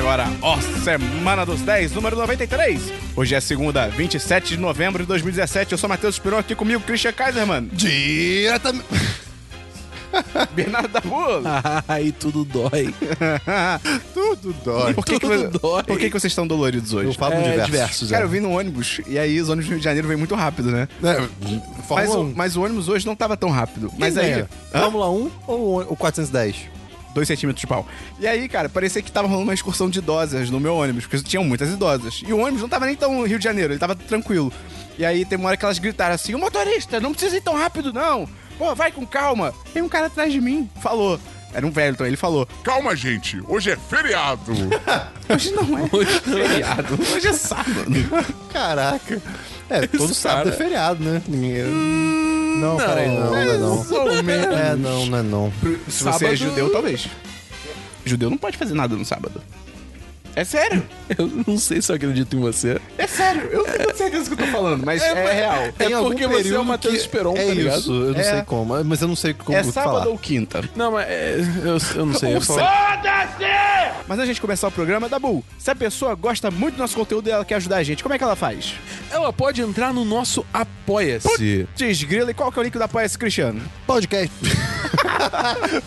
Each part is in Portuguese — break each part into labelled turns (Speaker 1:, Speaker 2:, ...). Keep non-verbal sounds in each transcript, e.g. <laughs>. Speaker 1: galera. Ó, Semana dos 10, número 93. Hoje é segunda, 27 de novembro de 2017. Eu sou Matheus Espiron, aqui comigo, Christian Kaiserman,
Speaker 2: Diretamente.
Speaker 1: <laughs>
Speaker 3: <laughs>
Speaker 1: Bernardo da <laughs> Rua.
Speaker 3: Ai, tudo dói.
Speaker 2: Tudo dói.
Speaker 1: Por que, que, vo-
Speaker 3: tudo dói.
Speaker 1: por que que vocês estão doloridos
Speaker 2: Eu
Speaker 1: hoje?
Speaker 2: falo
Speaker 3: É,
Speaker 2: diversos.
Speaker 3: diversos,
Speaker 1: Cara, eu vim num ônibus e aí os ônibus do Rio de Janeiro vêm muito rápido, né?
Speaker 2: É,
Speaker 1: Mas
Speaker 2: Fórmula
Speaker 3: um.
Speaker 1: o,
Speaker 2: 1.
Speaker 1: mas o ônibus hoje não tava tão rápido. Mas
Speaker 2: Quem
Speaker 1: aí.
Speaker 2: ganha?
Speaker 1: Hã?
Speaker 2: Fórmula 1 ou o- o 410?
Speaker 1: 2 centímetros de pau. E aí, cara, parecia que tava rolando uma excursão de idosas no meu ônibus, porque tinham muitas idosas. E o ônibus não tava nem tão Rio de Janeiro, ele tava tranquilo. E aí tem uma hora que elas gritaram assim: o motorista, não precisa ir tão rápido, não. Pô, vai com calma. Tem um cara atrás de mim. Falou. Era um velho, então ele falou.
Speaker 4: Calma, gente, hoje é feriado.
Speaker 1: Hoje não é. <laughs> feriado. Hoje é sábado.
Speaker 2: <laughs> Caraca. É, todo
Speaker 3: Esse
Speaker 2: sábado
Speaker 3: cara-
Speaker 2: é feriado, né? Ninguém- Não, peraí, não, não é não. É, não, não é não.
Speaker 1: um Se você é
Speaker 3: Sábado-
Speaker 1: judeu, talvez. Judeu não pode fazer nada no sábado. É sério?
Speaker 3: Eu não sei se eu acredito em você.
Speaker 1: É sério. Eu não tenho certeza do que eu tô falando, mas é, real.
Speaker 3: é porque você é o
Speaker 2: período
Speaker 3: Matheus
Speaker 2: que-
Speaker 3: Esperon,
Speaker 2: é
Speaker 3: tá ligado?
Speaker 2: isso, eu não
Speaker 1: É.
Speaker 2: sei como, mas eu não sei como
Speaker 1: É
Speaker 2: te
Speaker 1: sábado ou quinta?
Speaker 3: Não, mas é, eu, eu não sei. Eu falo-
Speaker 1: Mas antes de começar o programa, Dabu, se a pessoa gosta muito do nosso conteúdo e ela quer ajudar a gente, como é que ela faz?
Speaker 3: Ela pode entrar no nosso Apoia-se.
Speaker 1: Desgrila, e qual que é o link do Apoia-se, Cristiano?
Speaker 2: Podcast. <laughs>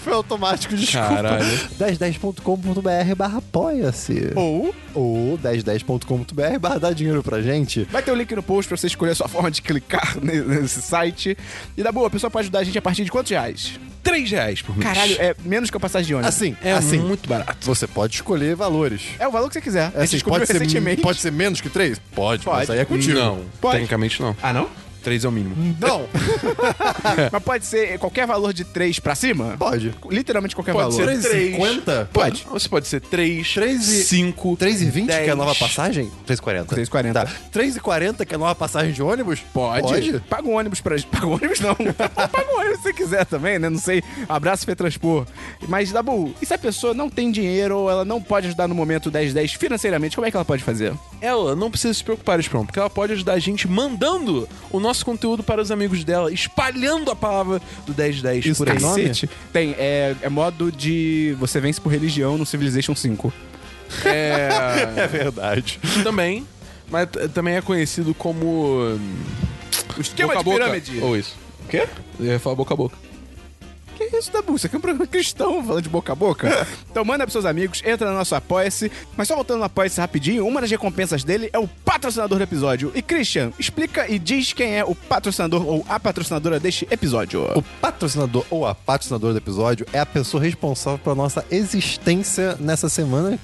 Speaker 2: Foi automático, desculpa.
Speaker 3: Caralho.
Speaker 2: 1010.com.br barra apoia-se.
Speaker 1: Ou
Speaker 2: Ou 1010.com.br barra dá dinheiro pra gente.
Speaker 1: vai ter o link no post pra você escolher a sua <laughs> forma de clicar ne- nesse site. E, Dabu, a pessoa pode ajudar a gente a partir de quantos reais?
Speaker 3: 3 reais por mês.
Speaker 1: Caralho, é menos que a passagem de ônibus.
Speaker 2: Assim,
Speaker 3: É
Speaker 2: assim.
Speaker 3: muito barato.
Speaker 2: Você pode escolher valores.
Speaker 1: É o valor que você quiser. a gente
Speaker 2: Assim,
Speaker 1: descobriu
Speaker 2: pode ser,
Speaker 1: recentemente.
Speaker 2: pode ser menos que três? Pode,
Speaker 1: Pode.
Speaker 2: mas aí é contigo.
Speaker 3: Não,
Speaker 1: Pode.
Speaker 3: tecnicamente não.
Speaker 1: Ah, não?
Speaker 3: 3 é o mínimo.
Speaker 2: Não,
Speaker 1: Mas pode ser qualquer valor de 3 pra cima?
Speaker 2: pode.
Speaker 1: Literalmente qualquer
Speaker 3: Pode
Speaker 1: valor.
Speaker 3: ser. Três.
Speaker 2: 3,50?
Speaker 3: Pode. Você pode ser 3,
Speaker 2: Três e-
Speaker 3: 5,
Speaker 2: 3,20 que é a nova
Speaker 3: Dez.
Speaker 2: passagem? 3,40.
Speaker 1: 3,40.
Speaker 2: Tá. 3,40 que é a nova passagem de ônibus?
Speaker 3: Pode.
Speaker 1: Paga um ônibus pra gente. Paga um ônibus não. <laughs> Paga um ônibus se você quiser também, né? Não sei. Abraço Fetranspor. Mas, Dabu, e se a pessoa não tem dinheiro ou ela não pode ajudar no momento 1010 financeiramente, como é que ela pode fazer?
Speaker 3: ela não precisa se preocupar, Esperon, porque ela pode ajudar a gente mandando o nosso conteúdo para os amigos dela, espalhando a palavra do 1010
Speaker 2: Isso
Speaker 3: por aí.
Speaker 2: tem nome?
Speaker 1: Cacete. Tem. É, é modo de. Você vence por religião no Civilization 5.
Speaker 3: É,
Speaker 2: É verdade.
Speaker 3: também, mas t- também é conhecido como
Speaker 1: O esquema
Speaker 3: boca a
Speaker 1: de
Speaker 3: boca,
Speaker 1: pirâmide.
Speaker 3: Ou isso.
Speaker 1: O quê?
Speaker 3: Eu ia falar boca a boca.
Speaker 1: Que isso, Dabu? Isso aqui é um programa cristão, falando de boca a
Speaker 2: <laughs>
Speaker 1: boca. então manda pros seus amigos, entra no nosso Apoia-se. Mas só voltando no Apoia-se rapidinho, uma das recompensas dele é o patrocinador do episódio. E Christian, explica e diz quem é o patrocinador ou a patrocinadora deste episódio.
Speaker 2: O patrocinador ou a patrocinadora do episódio é a pessoa responsável pela nossa existência nessa semana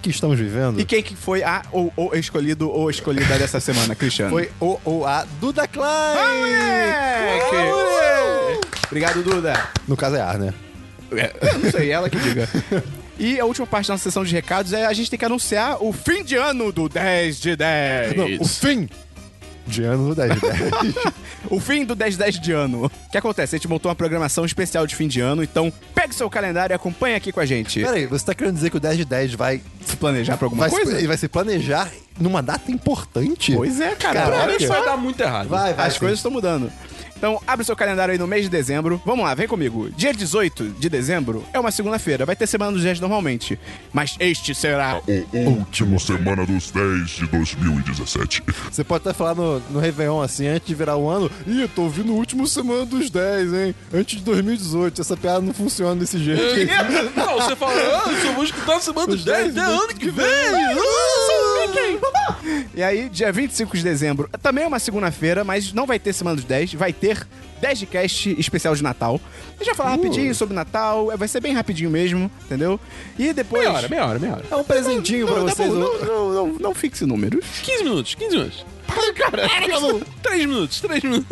Speaker 2: que estamos vivendo.
Speaker 1: E quem que foi a ou, ou escolhido ou escolhida dessa semana, Christian?
Speaker 2: Foi o ou a Duda Klein!
Speaker 1: Ah, moleque! Obrigado, Duda.
Speaker 2: No caso é ar, né?
Speaker 1: Eu não sei, ela que diga. E a última parte da nossa sessão de recados é a gente tem que anunciar o fim de ano do 10 de 10.
Speaker 2: Não, o fim de ano 10
Speaker 1: O fim do 1010 de ano. O que acontece? A gente montou uma programação especial de fim de ano, então pegue seu calendário e acompanha aqui com a gente.
Speaker 2: Peraí, você tá querendo dizer que o 10 de 10 vai,
Speaker 1: Se planejar pra alguma
Speaker 2: vai, se-
Speaker 1: coisa?
Speaker 2: ele vai se planejar numa data importante?
Speaker 1: Pois é, cara.
Speaker 2: Caraca.
Speaker 3: Pra mim isso vai dar muito errado.
Speaker 2: Vai, vai.
Speaker 1: As
Speaker 2: sim.
Speaker 1: coisas estão mudando. Então, abre seu calendário aí no mês de dezembro. Vamos lá, vem comigo. Dia 18 de dezembro é uma segunda-feira. Vai ter semana dos 10 normalmente. Mas este será.
Speaker 4: O último semana dos 10 de 2017.
Speaker 2: Você pode até falar no, no Réveillon, assim, antes de virar o ano. Ih, eu tô ouvindo o último semana dos 10, hein? Antes de 2018. Essa piada não funciona desse
Speaker 3: <laughs>
Speaker 2: jeito.
Speaker 3: <laughs> É Não, você fala, ah, eu só vou escutar a semana dos 10 até ano que vem. Ah.
Speaker 1: E aí, dia 25 de dezembro também é uma segunda-feira, mas não vai ter semana dos 10. Vai ter 10 de cast especial de Natal. A gente vai falar rapidinho sobre Natal. é, Vai ser bem rapidinho mesmo, entendeu? E depois.
Speaker 3: Ah, Meia hora, meia hora, meia hora.
Speaker 2: É um presentinho pra
Speaker 1: Não, tá bom,
Speaker 2: vocês.
Speaker 1: não, não, não, não fixe números.
Speaker 3: 15 minutos, 15 minutos.
Speaker 1: Caraca,
Speaker 3: 3 minutos, 3 minutos.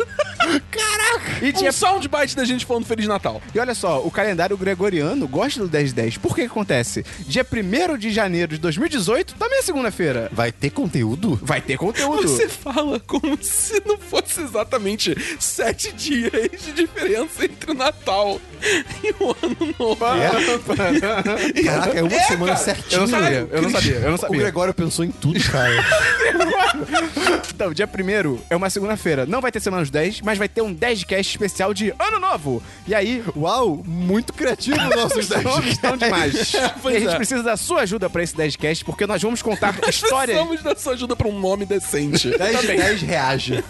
Speaker 1: E dia
Speaker 3: Tinha um soundbite da gente falando Feliz Natal.
Speaker 1: E olha só, o calendário gregoriano gosta do 1010. Por que que acontece? Dia 1 de janeiro de 2018, também é segunda-feira.
Speaker 2: Vai ter conteúdo?
Speaker 1: Vai ter conteúdo.
Speaker 3: Você fala como se não fosse exatamente sete dias de diferença entre o Natal e o Ano Novo.
Speaker 2: Caraca, é uma semana
Speaker 1: Eu
Speaker 2: certinha.
Speaker 1: não sabia, eu não sabia, eu não
Speaker 2: O
Speaker 1: sabia.
Speaker 2: Gregório pensou em tudo, cara.
Speaker 1: Então, dia 1 é uma segunda-feira. Não vai ter semana dos 10, mas vai ter um 10 cast especial de Ano Novo. E aí,
Speaker 2: Uau, muito criativo nossos
Speaker 1: os nomes estão
Speaker 2: <laughs>
Speaker 1: demais. e a
Speaker 2: é.
Speaker 1: gente precisa da sua ajuda pra esse 10 cast, porque nós vamos
Speaker 2: <laughs>
Speaker 1: contar histórias.
Speaker 3: Precisamos da sua ajuda pra um nome <laughs> decente.
Speaker 2: 10 de 10 reage.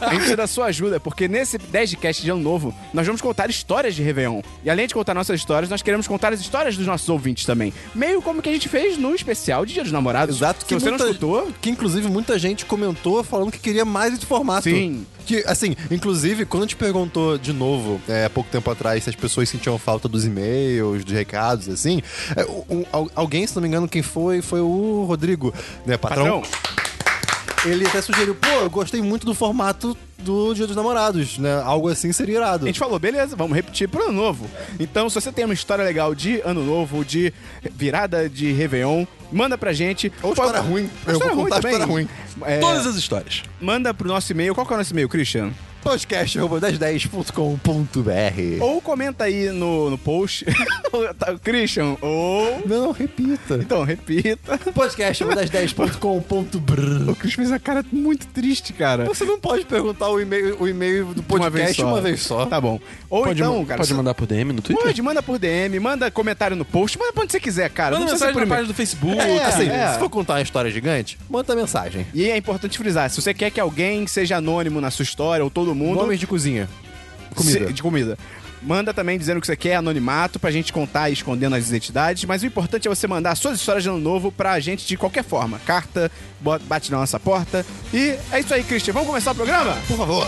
Speaker 1: A gente precisa da sua ajuda, porque nesse 10 de cast de ano novo, nós vamos contar histórias de Réveillon. E além de contar nossas histórias, nós queremos contar as histórias dos nossos ouvintes também. Meio como que a gente fez no especial de Dia dos Namorados.
Speaker 2: Exato,
Speaker 1: que
Speaker 2: que
Speaker 1: Se você
Speaker 2: muita-
Speaker 1: não escutou,
Speaker 2: Que inclusive muita gente comentou falando que queria mais esse formato.
Speaker 1: Sim.
Speaker 2: Que, assim, inclusive, quando a gente perguntou de novo, é, há pouco tempo atrás, se as pessoas sentiam falta dos e-mails, dos recados, assim, é, o- o- al- alguém, se não me engano, quem foi, foi o Rodrigo, né, patrão?
Speaker 1: patrão,
Speaker 2: Ele até sugeriu, pô, eu gostei muito do formato do Dia dos Namorados, né? Algo assim seria irado.
Speaker 1: a gente falou, beleza, vamos repetir pro ano novo. Então, se você tem uma história legal de ano novo, de virada de Réveillon, manda pra gente.
Speaker 2: Ou história ruim.
Speaker 1: Ou
Speaker 2: Eu vou
Speaker 1: história ruim
Speaker 2: contar
Speaker 1: também.
Speaker 2: história ruim.
Speaker 1: É,
Speaker 3: Todas as histórias.
Speaker 1: Manda pro nosso e-mail. Qual que é o nosso e-mail, Christian?
Speaker 2: podcast.1010.com.br
Speaker 1: Ou comenta aí no, no post, <laughs> Tá, Christian, ou.
Speaker 2: Não, repita.
Speaker 1: Então,
Speaker 2: <laughs>
Speaker 1: repita.
Speaker 2: podcast.1010.com.br
Speaker 1: O Christian fez uma cara muito triste, cara.
Speaker 2: Você não pode perguntar o e-mail, o e-mail do podcast uma vez só.
Speaker 1: Tá bom. Ou então, cara.
Speaker 3: pode
Speaker 1: você-
Speaker 3: mandar por DM no Twitter?
Speaker 1: Pode, manda por DM, manda comentário no post, manda pra onde você quiser, cara.
Speaker 3: Manda
Speaker 1: Não precisa ser por
Speaker 3: mensagem na
Speaker 1: e-mail.
Speaker 3: página do Facebook.
Speaker 1: É,
Speaker 2: Assim,
Speaker 1: é.
Speaker 2: se for contar uma história gigante, manda mensagem.
Speaker 1: E é importante frisar, se você quer que alguém seja anônimo na sua história, ou todo mundo...
Speaker 2: Nomes de cozinha. Comida.
Speaker 1: se- de comida. Manda também dizendo que você quer anonimato pra gente contar e escondendo as identidades, mas o importante é você mandar suas histórias de ano novo pra gente de qualquer forma. Carta, bo- bate na nossa porta. E é isso aí, Christian. Vamos começar o programa?
Speaker 2: Por favor.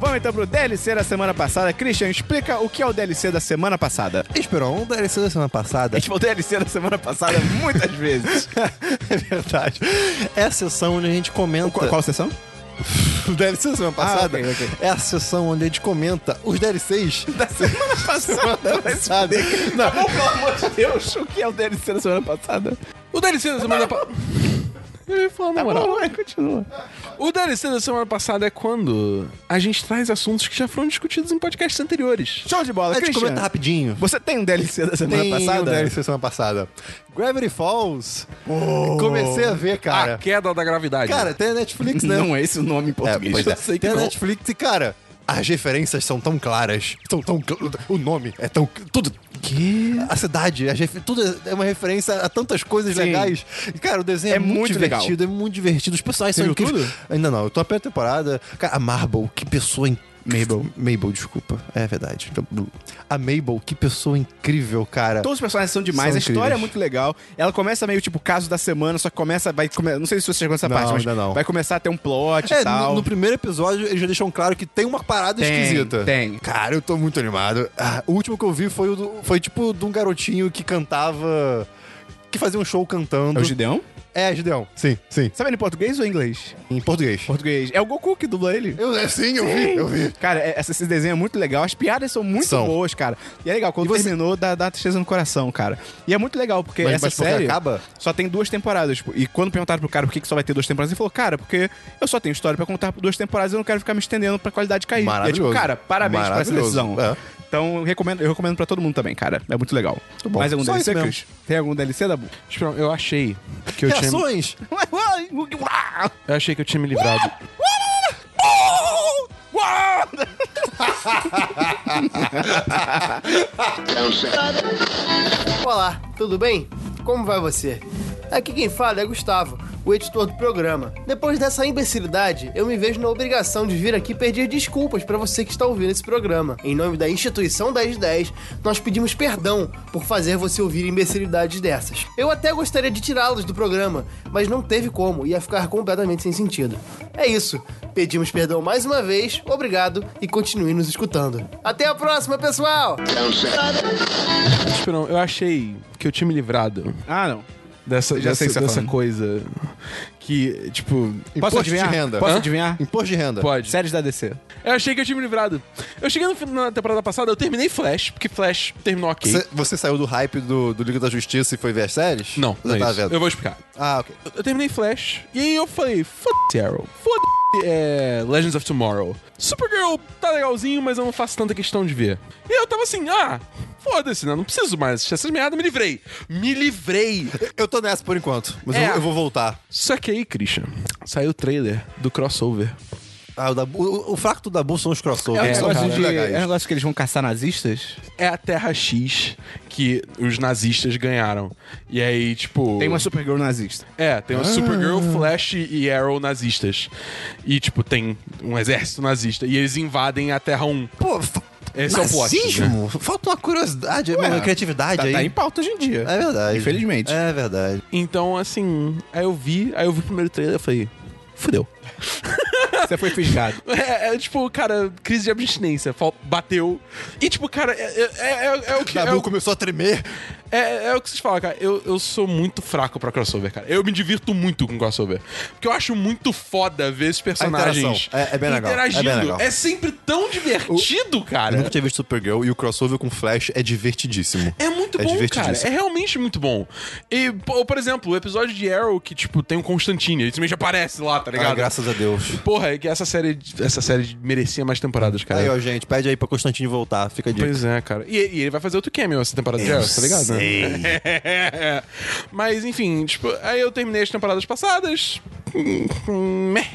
Speaker 1: Vamos então pro DLC da semana passada. Christian, explica o que é o DLC da semana passada.
Speaker 2: Esperou, um DLC da semana
Speaker 1: A
Speaker 2: passada.
Speaker 1: gente falou DLC da semana passada <laughs> muitas vezes.
Speaker 2: <laughs> é verdade. É a sessão onde a gente
Speaker 1: <laughs>
Speaker 2: comenta.
Speaker 1: sessão?
Speaker 2: DLC da semana passada?
Speaker 1: Ah, ok, ok.
Speaker 2: É a sessão onde a gente comenta os <laughs> DLCs da
Speaker 1: <laughs> Semana passada, vai se
Speaker 2: passada. Não,
Speaker 1: Pô, Tá pelo amor de Deus, o que é o DLC da semana passada?
Speaker 3: O DLC da semana passada. Eu ia falar na moral.
Speaker 1: Não, vai, continua.
Speaker 3: Tá O DLC da semana passada é quando a gente traz assuntos que já foram discutidos em podcasts anteriores.
Speaker 1: Show de bola,
Speaker 2: a gente
Speaker 1: Christian.
Speaker 2: comenta rapidinho.
Speaker 1: Você tem um DLC da semana
Speaker 2: Tem
Speaker 1: passada?
Speaker 2: um DLC semana passada. Gravity Falls. Oh. Comecei a ver, cara.
Speaker 3: A queda da gravidade.
Speaker 2: Cara, tem a Netflix, né?
Speaker 1: Não é esse o nome em português.
Speaker 2: pois é.
Speaker 1: Eu sei que
Speaker 2: tem a
Speaker 1: não.
Speaker 2: Netflix e, cara, as referências são tão claras. São tão. cl- O nome é tão. Tudo.
Speaker 1: Que?
Speaker 2: A cidade, as ref- tudo é uma referência a tantas coisas
Speaker 1: Sim.
Speaker 2: legais. E, cara, o desenho é,
Speaker 1: É muito legal.
Speaker 2: divertido, é muito divertido. Os personagens
Speaker 1: Você
Speaker 2: são
Speaker 1: viu
Speaker 2: incríveis. Ainda não, eu tô na primeira temporada. Cara, a Marble, que pessoa incrível.
Speaker 1: Mabel.
Speaker 2: Mabel, desculpa. É verdade. A Mabel, que pessoa incrível, cara.
Speaker 1: Todos os personagens são demais,
Speaker 2: São
Speaker 1: a história é
Speaker 2: incríveis.
Speaker 1: muito legal. Ela começa meio tipo caso da semana, só que começa. Vai come... Não sei se você chegou nessa
Speaker 2: Não,
Speaker 1: parte, mas
Speaker 2: ainda não.
Speaker 1: vai começar a ter um plot
Speaker 2: É,
Speaker 1: e tal.
Speaker 2: no, no primeiro episódio eles já deixam claro que tem uma parada
Speaker 1: Tem,
Speaker 2: esquisita.
Speaker 1: tem.
Speaker 2: Cara, eu tô muito animado. Ah, o último que eu vi foi, o do- foi tipo de um garotinho que cantava. que fazia um show cantando.
Speaker 1: É o Gideão?
Speaker 2: É, Gideão. Sim, sim.
Speaker 1: Sabe ele em português ou em inglês?
Speaker 2: Em português.
Speaker 1: Português. É o Goku que dubla ele.
Speaker 2: Eu, é, sim, eu vi, eu vi.
Speaker 1: Cara, é- essa- esse desenho é muito legal. As piadas são muito
Speaker 2: São.
Speaker 1: boas, cara. E é legal, quando
Speaker 2: E você-
Speaker 1: terminou, dá, dá tristeza no coração, cara. E é muito legal, porque
Speaker 2: Mas-
Speaker 1: essa
Speaker 2: mas porque
Speaker 1: série
Speaker 2: acaba?
Speaker 1: só tem duas temporadas. tipo, e quando perguntaram pro cara por que, que só vai ter duas temporadas, ele falou, cara, porque eu só tenho história pra contar por duas temporadas e eu não quero ficar me estendendo pra qualidade cair. E é tipo,
Speaker 2: Maravilhoso.
Speaker 1: cara, parabéns pra essa
Speaker 2: Maravilhoso,
Speaker 1: decisão.
Speaker 2: é.
Speaker 1: Então, eu recomendo, eu recomendo pra todo mundo também, cara. É muito legal.
Speaker 2: bom.
Speaker 1: Mais algum
Speaker 2: Só
Speaker 1: DLC,
Speaker 2: isso mesmo.
Speaker 1: Cris? Tem algum DLC, Dabu?
Speaker 3: Esperão, Tipo, eu achei que eu tinha.
Speaker 2: Reações?
Speaker 3: Eu achei que eu tinha me livrado.
Speaker 5: Olá, tudo bem? Como vai você? Aqui quem fala é Gustavo, o editor do programa. Depois dessa imbecilidade, eu me vejo na obrigação de vir aqui pedir desculpas pra você que está ouvindo esse programa. Em nome da instituição 1010, nós pedimos perdão por fazer você ouvir imbecilidades dessas. Eu até gostaria de tirá-los do programa, mas não teve como, ia ficar completamente sem sentido. É isso. Pedimos perdão mais uma vez, obrigado e continue nos escutando. Até a próxima, pessoal!
Speaker 3: Tipo, Esperão, eu achei que eu tinha me livrado
Speaker 1: Ah, não.
Speaker 3: dessa,
Speaker 1: Eu já sei
Speaker 3: dessa,
Speaker 1: o que você
Speaker 3: dessa
Speaker 1: tá falando.
Speaker 3: coisa. Que, tipo.
Speaker 1: Posso
Speaker 2: Imposto
Speaker 1: adivinhar?
Speaker 2: de renda.
Speaker 1: Posso
Speaker 2: Hã?
Speaker 1: adivinhar?
Speaker 2: Imposto de renda.
Speaker 3: Pode.
Speaker 1: Séries da DC.
Speaker 3: Eu achei que eu tinha me livrado. Eu cheguei no final da temporada passada, eu terminei Flash, porque Flash terminou ok.
Speaker 2: Você, você saiu do hype do, do Liga da Justiça e foi ver as séries?
Speaker 3: Não,
Speaker 2: Você
Speaker 3: não é
Speaker 2: tá
Speaker 3: isso.
Speaker 2: vendo?
Speaker 3: Eu vou explicar.
Speaker 2: Ah, ok.
Speaker 3: Eu terminei Flash, e aí eu falei, foda-se Arrow, foda-se é, Legends of Tomorrow. Supergirl tá legalzinho, mas eu não faço tanta questão de ver. E eu tava assim, ah, foda-se, né? Não preciso mais assistir essas merda, me livrei. Me livrei.
Speaker 2: Eu tô nessa por enquanto, mas
Speaker 3: É.
Speaker 2: eu, eu vou voltar.
Speaker 3: Só que aí, Christian, saiu o trailer do crossover.
Speaker 2: Ah, o, Dabu, o, o fraco do Dabu são os
Speaker 1: É,
Speaker 2: crossovers.
Speaker 1: um
Speaker 2: são
Speaker 1: negócio
Speaker 2: muito
Speaker 1: de,
Speaker 2: legais.
Speaker 1: é um negócio que eles vão caçar nazistas?
Speaker 3: É a Terra X que os nazistas ganharam. E aí, tipo.
Speaker 1: Tem uma Ah. Supergirl nazista.
Speaker 3: É, tem o Supergirl, Flash e Arrow nazistas. E, tipo, tem um exército nazista. E eles invadem a Terra 1.
Speaker 2: Pô, fa-
Speaker 3: Esse é o plot,
Speaker 2: nazismo? Falta uma curiosidade, uma criatividade
Speaker 1: Tá,
Speaker 2: aí.
Speaker 1: tá em pauta hoje em dia.
Speaker 2: É verdade.
Speaker 1: Infelizmente.
Speaker 2: É verdade.
Speaker 3: Então, assim, aí eu vi, aí eu vi o primeiro trailer e falei, fudeu. <laughs>
Speaker 1: Você foi fisgado.
Speaker 3: É, é, tipo, cara, crise de abstinência, fal- bateu. E tipo, cara, é, é- é- é o que. É
Speaker 2: Dabu
Speaker 3: o,
Speaker 2: começou a tremer.
Speaker 3: é- é o que vocês falam, cara. Eu, eu sou muito fraco pra crossover, cara. Eu me divirto muito com crossover. Porque eu acho muito foda ver esses personagens
Speaker 2: interação. É- é bem legal. É bem
Speaker 3: interagindo.
Speaker 2: legal.
Speaker 3: sempre tão divertido,
Speaker 2: Eu
Speaker 3: cara.
Speaker 2: nunca tinha visto Supergirl e o crossover com Flash é divertidíssimo.
Speaker 3: É muito bom, cara. É
Speaker 2: divertidíssimo.
Speaker 3: realmente muito bom. E, pô, por exemplo, o episódio de Arrow que, tipo, tem o Constantine, ele simplesmente aparece lá, tá ligado?
Speaker 2: Ah, graças a Deus.
Speaker 3: Porra, é que essa série, essa série merecia mais temporadas, cara.
Speaker 2: Aí, ó, gente, pede aí pra Constantino voltar. Fica de
Speaker 3: Pois é, cara. E, e ele vai fazer outro cameo essa temporada de Arrow, tá ligado? né? <laughs> Mas, enfim, tipo, aí eu terminei as temporadas passadas. Hum, hum, meh.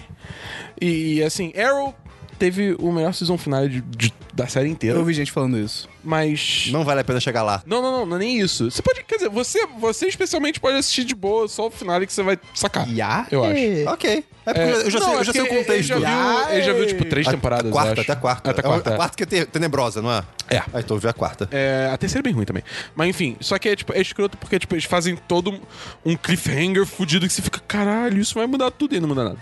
Speaker 3: E, assim, Arrow teve o melhor season final de- de- da série inteira,
Speaker 1: Eu ouvi gente falando isso.
Speaker 3: mas... <laughs>
Speaker 2: Não vale a pena chegar lá.
Speaker 3: Não, não, não, não é nem isso. Você pode, quer dizer, você, você especialmente pode assistir de boa só o final que você vai sacar.
Speaker 1: Ya?
Speaker 3: Eu acho.
Speaker 2: Ok. É porque
Speaker 3: É,
Speaker 2: eu já,
Speaker 3: não,
Speaker 2: sei,
Speaker 3: é
Speaker 2: eu já sei o
Speaker 3: porque
Speaker 2: contexto.
Speaker 3: Ele já viu,
Speaker 1: Ah,
Speaker 3: ele já viu tipo,
Speaker 1: é.
Speaker 3: três
Speaker 2: A-
Speaker 3: temporadas,
Speaker 2: A
Speaker 3: eu
Speaker 2: quarta,
Speaker 3: acho.
Speaker 2: até a quarta.
Speaker 3: Até a
Speaker 2: É uma-
Speaker 3: quarta.
Speaker 2: A quarta que é te- tenebrosa, não é?
Speaker 3: É.
Speaker 2: Ah, então eu vi a quarta.
Speaker 3: É, a terceira é bem ruim também. Mas enfim, só que é, tipo, é escroto porque tipo, eles fazem todo um cliffhanger fudido que você fica, caralho, isso vai mudar tudo e não muda nada.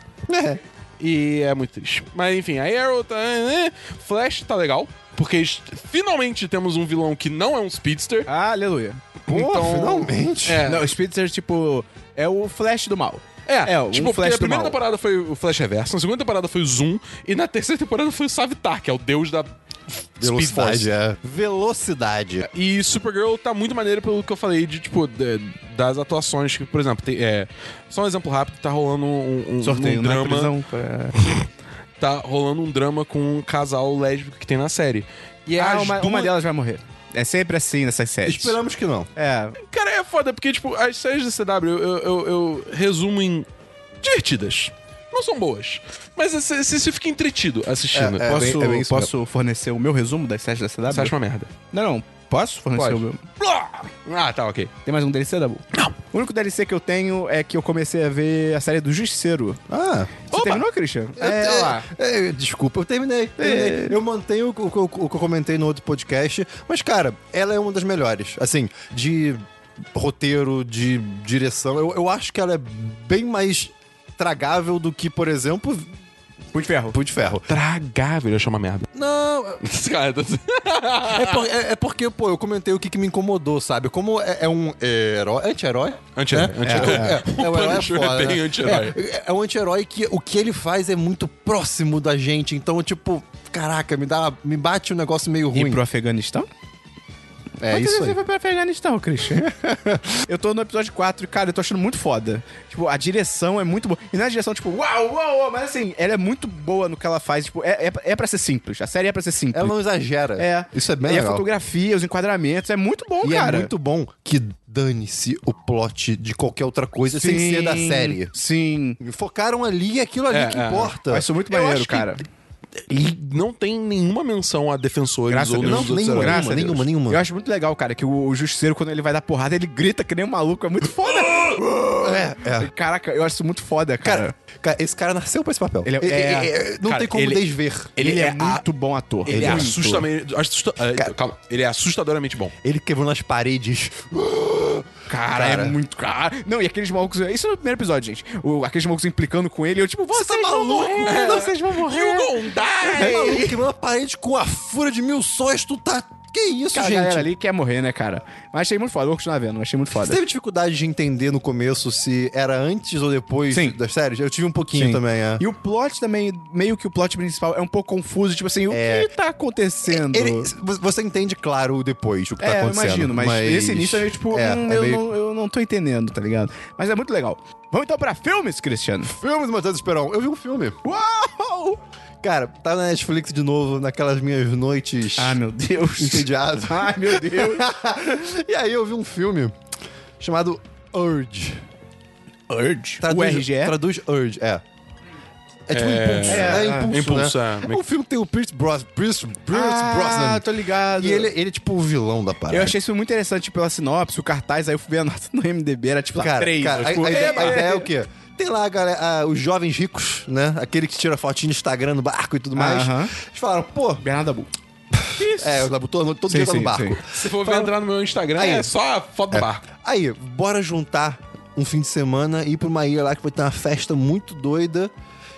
Speaker 2: É.
Speaker 3: E é muito triste. Mas enfim, a Arrow tá. né? Flash tá legal. Porque est- finalmente temos um vilão que não é um speedster.
Speaker 1: Aleluia.
Speaker 2: Pô,
Speaker 3: Então-
Speaker 2: finalmente.
Speaker 3: É.
Speaker 1: Não, o Spitzer, tipo, é o flash do mal.
Speaker 3: É,
Speaker 1: é um
Speaker 3: tipo, porque
Speaker 1: flash
Speaker 3: a
Speaker 1: do
Speaker 3: primeira
Speaker 1: mal.
Speaker 3: temporada foi o Flash Reverso, na segunda temporada foi o Zoom, e na terceira temporada foi o Savitar, que é o deus da Speed
Speaker 2: Velocidade,
Speaker 3: Force.
Speaker 2: é. Velocidade.
Speaker 3: E Supergirl tá muito maneiro pelo que eu falei de, tipo, de- das atuações que, por exemplo, tem, é, só um exemplo rápido, tá rolando um, um- um
Speaker 1: Sorteio na
Speaker 3: drama
Speaker 1: prisão.
Speaker 3: tá rolando um drama com um casal lésbico que tem na série.
Speaker 2: é
Speaker 3: E
Speaker 1: Ah,
Speaker 3: as
Speaker 1: uma,
Speaker 3: duas-
Speaker 1: uma delas vai morrer. É sempre assim nessas séries.
Speaker 2: Esperamos que não.
Speaker 1: É,
Speaker 3: Cara, é foda, porque, tipo, as séries da CW eu, eu, eu- eu resumo em divertidas. Não são boas. Mas você você- você fica entretido assistindo.
Speaker 2: É
Speaker 1: posso,
Speaker 2: bem- é bem isso
Speaker 1: posso fornecer o meu resumo das séries da CW?
Speaker 3: Você acha uma merda.
Speaker 1: Não, não. Posso fornecer
Speaker 3: Pode.
Speaker 1: o meu?
Speaker 3: Ah, tá, ok.
Speaker 1: Tem mais um DLC, Dabu? Não. O único DLC que eu tenho é que eu comecei a ver a série do Justiceiro.
Speaker 2: Ah.
Speaker 1: Você terminou, Christian?
Speaker 2: É, é, desculpa, eu terminei. terminei.
Speaker 1: É.
Speaker 2: Eu mantenho o, que- o que eu- o que eu comentei no outro podcast, mas, cara, ela é uma das melhores. Assim, de roteiro, de direção, eu, eu acho que ela é bem mais tragável do que, por exemplo,
Speaker 1: Punho de ferro.
Speaker 2: Punho de Ferro.
Speaker 3: Tragável, eu achei uma merda. <laughs>
Speaker 2: Não,
Speaker 3: Cara, tô-
Speaker 2: é, por- é- é porque, pô, eu comentei o que, que me incomodou, sabe? Como é, é um herói. Anti-herói?
Speaker 3: Anti-herói,
Speaker 2: É,
Speaker 3: anti-herói.
Speaker 2: É, é, é, um herói
Speaker 3: Punisher é
Speaker 2: foda,
Speaker 3: bem
Speaker 2: né?
Speaker 3: anti-herói.
Speaker 2: É, é um anti-herói que o que ele faz é muito próximo da gente. Então, tipo, caraca, me, dá, me bate um negócio meio
Speaker 1: E
Speaker 2: ruim.
Speaker 1: pro Afeganistão?
Speaker 2: É
Speaker 1: Quantas
Speaker 2: isso
Speaker 1: vezes
Speaker 2: aí.
Speaker 1: você foi pro Afeganistão,
Speaker 2: <laughs>
Speaker 1: Christian? eu tô no episódio 4 e, cara, eu tô achando muito foda. Tipo, a direção é muito boa. E não é a direção, tipo, uau, uau, uau, mas assim, ela é muito boa no que ela faz. Tipo, é, é, é pra ser simples. A série é pra ser simples.
Speaker 2: Ela não exagera.
Speaker 1: É.
Speaker 2: Isso é bem
Speaker 1: e a
Speaker 2: legal.
Speaker 1: fotografia, os enquadramentos, é muito bom,
Speaker 2: E
Speaker 1: cara.
Speaker 2: é muito bom que dane-se o plot de qualquer outra coisa sem
Speaker 1: Sim,
Speaker 2: ser da série.
Speaker 1: Sim.
Speaker 2: Focaram ali e aquilo ali
Speaker 3: É,
Speaker 2: que
Speaker 3: é.
Speaker 2: importa.
Speaker 1: Mas isso é muito
Speaker 3: Eu acho
Speaker 1: maneiro,
Speaker 3: que-
Speaker 1: cara.
Speaker 3: E não tem nenhuma menção a defensores
Speaker 1: Graças a
Speaker 3: ou
Speaker 1: Deus.
Speaker 3: nenhum dos outros
Speaker 2: Não, nenhuma,
Speaker 3: heróis.
Speaker 1: Graças a Deus.
Speaker 2: nenhuma, nenhuma.
Speaker 1: Eu acho muito legal, cara, que o, o justiceiro, quando ele vai dar porrada, ele grita que nem um maluco. É muito foda.
Speaker 2: <laughs> É, é.
Speaker 1: Caraca, eu acho isso muito foda, cara.
Speaker 2: Cara, cara, esse cara nasceu pra esse papel.
Speaker 1: É. Ele é-
Speaker 2: não
Speaker 3: Cara,
Speaker 2: tem como
Speaker 3: ele-
Speaker 2: desver.
Speaker 1: ele, é,
Speaker 3: é a-
Speaker 1: muito bom ator.
Speaker 3: Ele, é
Speaker 1: muito.
Speaker 3: assustamente. Assusta, ah, calma. Ele é assustadoramente bom.
Speaker 2: Ele quebrando as paredes.
Speaker 1: Cara,
Speaker 2: Cara.
Speaker 1: é muito cara. Não, e aqueles malucos. Isso é o primeiro episódio, gente. O- aqueles malucos implicando com ele, eu, tipo, vocês
Speaker 2: tá
Speaker 1: vão
Speaker 2: maluco?
Speaker 1: morrer,
Speaker 2: É.
Speaker 1: vocês vão morrer.
Speaker 3: You gonna die!
Speaker 2: É maluco quebrando a parede com a fúria de mil sóis, tu tá. Que isso,
Speaker 1: Cara, a
Speaker 2: gente?
Speaker 1: galera ali quer morrer, né, cara? Mas achei muito foda, eu vou continuar vendo, achei muito
Speaker 2: Você
Speaker 1: foda.
Speaker 2: teve dificuldade de entender no começo se era antes ou depois
Speaker 1: Sim.
Speaker 2: das séries? Eu tive um pouquinho
Speaker 1: Sim.
Speaker 2: também, é.
Speaker 1: E o plot também, meio que o plot principal é um pouco confuso, tipo assim, o
Speaker 2: É.
Speaker 1: que tá acontecendo?
Speaker 2: Ele- você entende, claro, o depois, o que tá
Speaker 1: é, eu
Speaker 2: acontecendo.
Speaker 1: imagino, mas, esse início é meio tipo,
Speaker 2: é,
Speaker 1: hum,
Speaker 2: é
Speaker 1: eu,
Speaker 2: meio-
Speaker 1: não, eu não tô entendendo, tá ligado? Mas é muito legal. Vamos então pra filmes, Cristiano.
Speaker 2: Filmes, Matheus Esperão. Eu vi um filme.
Speaker 1: Uau!
Speaker 2: Cara, tá na Netflix de novo, naquelas minhas noites
Speaker 1: Ah, meu Deus.
Speaker 2: entediado.
Speaker 1: <laughs> Ai, meu Deus.
Speaker 2: <laughs> e aí eu vi um filme chamado Urge.
Speaker 1: Urge?
Speaker 2: Traduz,
Speaker 1: o RGE?
Speaker 2: Traduz Urge, é. É tipo
Speaker 3: É,
Speaker 2: impulso.
Speaker 1: é,
Speaker 2: É, impulso.
Speaker 3: Impulso,
Speaker 2: né?
Speaker 3: é.
Speaker 2: É um filme que tem o Pierce, Bros, Pierce, Pierce
Speaker 1: Ah,
Speaker 2: Brosnan.
Speaker 1: tô ligado.
Speaker 2: E ele, ele é tipo o vilão da parada.
Speaker 1: Eu achei isso muito interessante pela sinopse, o cartaz, aí eu fui ver a nota no MDB, era tipo
Speaker 2: cara,
Speaker 1: lá, 3.
Speaker 2: cara, a- a, ideia- a ideia é o quê? Tem lá a galera, a- os jovens ricos, né? Aquele que tira fotinho no Instagram no barco e tudo mais.
Speaker 1: Aham.
Speaker 2: Eles falaram, pô,
Speaker 1: Bernardo Abu.
Speaker 2: é, eu tava todo, todo
Speaker 1: Sim,
Speaker 2: dia tá no
Speaker 1: sim,
Speaker 2: barco.
Speaker 1: sim.
Speaker 3: Se for ver entrar no meu Instagram,
Speaker 2: Aí.
Speaker 3: é só a foto do barco.
Speaker 2: Aí, bora juntar um fim de semana e ir pra uma ilha lá que vai ter uma festa muito doida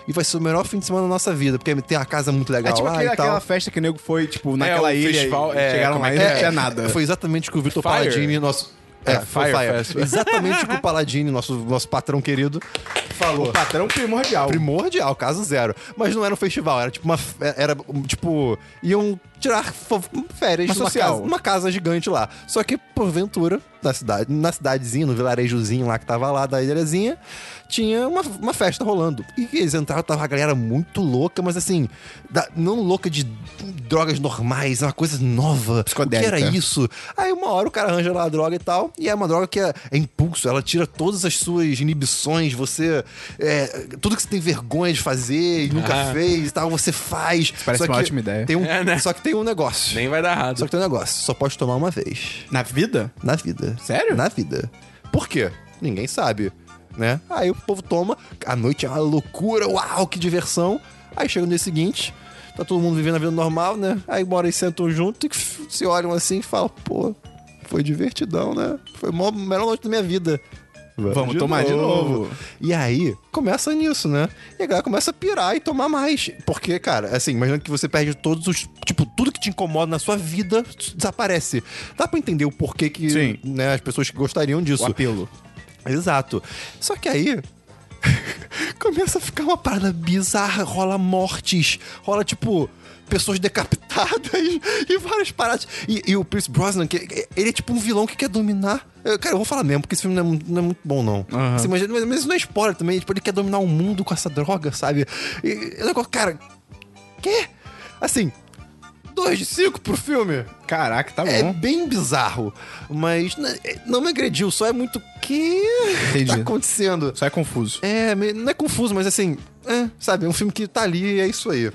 Speaker 2: e vai ser o melhor fim de semana da nossa vida, porque tem uma casa muito legal
Speaker 1: É tipo
Speaker 2: lá
Speaker 1: aquele-
Speaker 2: e tal.
Speaker 1: aquela festa que o nego foi, tipo, naquela
Speaker 3: o
Speaker 1: ilha.
Speaker 3: festival,
Speaker 1: e
Speaker 3: é,
Speaker 1: chegaram
Speaker 3: como
Speaker 1: lá
Speaker 3: é
Speaker 1: e
Speaker 3: que
Speaker 1: não
Speaker 3: é?
Speaker 1: tinha nada.
Speaker 2: Foi exatamente o que o Vitor
Speaker 3: Fire.
Speaker 2: Paladini, nosso. É,
Speaker 3: É,
Speaker 2: foi
Speaker 3: Fire
Speaker 2: Fire.
Speaker 3: Fest.
Speaker 2: Exatamente o que o Paladini, nosso, nosso patrão querido, falou.
Speaker 1: Patrão primordial.
Speaker 2: Primordial, caso zero. Mas não era um festival, era tipo uma. Era um, tipo. Iam tirar fo- férias
Speaker 1: Uma
Speaker 2: numa
Speaker 1: social.
Speaker 2: casa, numa casa gigante lá. Só que, porventura, na cidade, na cidadezinha, no vilarejozinho lá que tava lá, da ilhazinha, tinha uma, uma festa rolando. E eles entraram, tava a galera muito louca, mas assim, da- não louca de drogas normais, é uma coisa nova. O que era
Speaker 1: Psicodélica.
Speaker 2: isso? Aí uma hora o cara arranja lá a droga e tal, e é uma droga que é, é impulso, ela tira todas as suas inibições, você. é, tudo que você tem vergonha de fazer e nunca
Speaker 3: Ah.
Speaker 2: fez e tal, você faz.
Speaker 1: parece
Speaker 2: Só
Speaker 1: uma
Speaker 2: que
Speaker 1: ótima ideia.
Speaker 2: Tem um,
Speaker 3: É, né?
Speaker 2: Só que tem um negócio.
Speaker 3: Nem vai dar errado.
Speaker 2: Só que tem um negócio, só pode tomar uma vez.
Speaker 1: Na vida?
Speaker 2: Na vida.
Speaker 1: Sério?
Speaker 2: Na vida. Por quê? Ninguém sabe, né? Aí o povo toma, a noite é uma loucura, uau, que diversão. Aí chega no dia seguinte, tá todo mundo vivendo a vida normal, né? Aí bora e sentam junto e se olham assim e falam, pô, foi divertidão, né? Foi a maior- melhor noite da minha vida.
Speaker 1: Vamos tomar de novo.
Speaker 2: E aí, começa nisso, né? E a galera começa a pirar e tomar mais. Porque, cara, assim, imagina que você perde todos os. Tipo, tudo que te incomoda na sua vida desaparece. Dá pra entender o porquê que
Speaker 1: Sim.
Speaker 2: né, as pessoas que gostariam disso.
Speaker 1: O apelo.
Speaker 2: Exato. Só que aí. <laughs> começa a ficar uma parada bizarra. Rola mortes. Rola, tipo. Pessoas decapitadas <laughs> e várias paradas. E, e o Pierce Brosnan, que, ele é tipo um vilão que quer dominar. Eu- cara, eu vou falar mesmo, porque esse filme não é, mu- não é muito bom, não.
Speaker 1: Aham.
Speaker 2: Assim, mas, mas isso não é spoiler também. Tipo, ele quer dominar o mundo com essa droga, sabe? E, e o negócio, cara. Quê? Assim, dois de cinco pro filme.
Speaker 1: Caraca, tá
Speaker 2: É
Speaker 1: bom.
Speaker 2: bem bizarro, mas né, é, não me agrediu, só é muito que
Speaker 1: Entendi.
Speaker 2: tá acontecendo.
Speaker 1: Só é confuso.
Speaker 2: É, me- não é confuso, mas assim, é, sabe, é um filme que tá ali e é isso aí.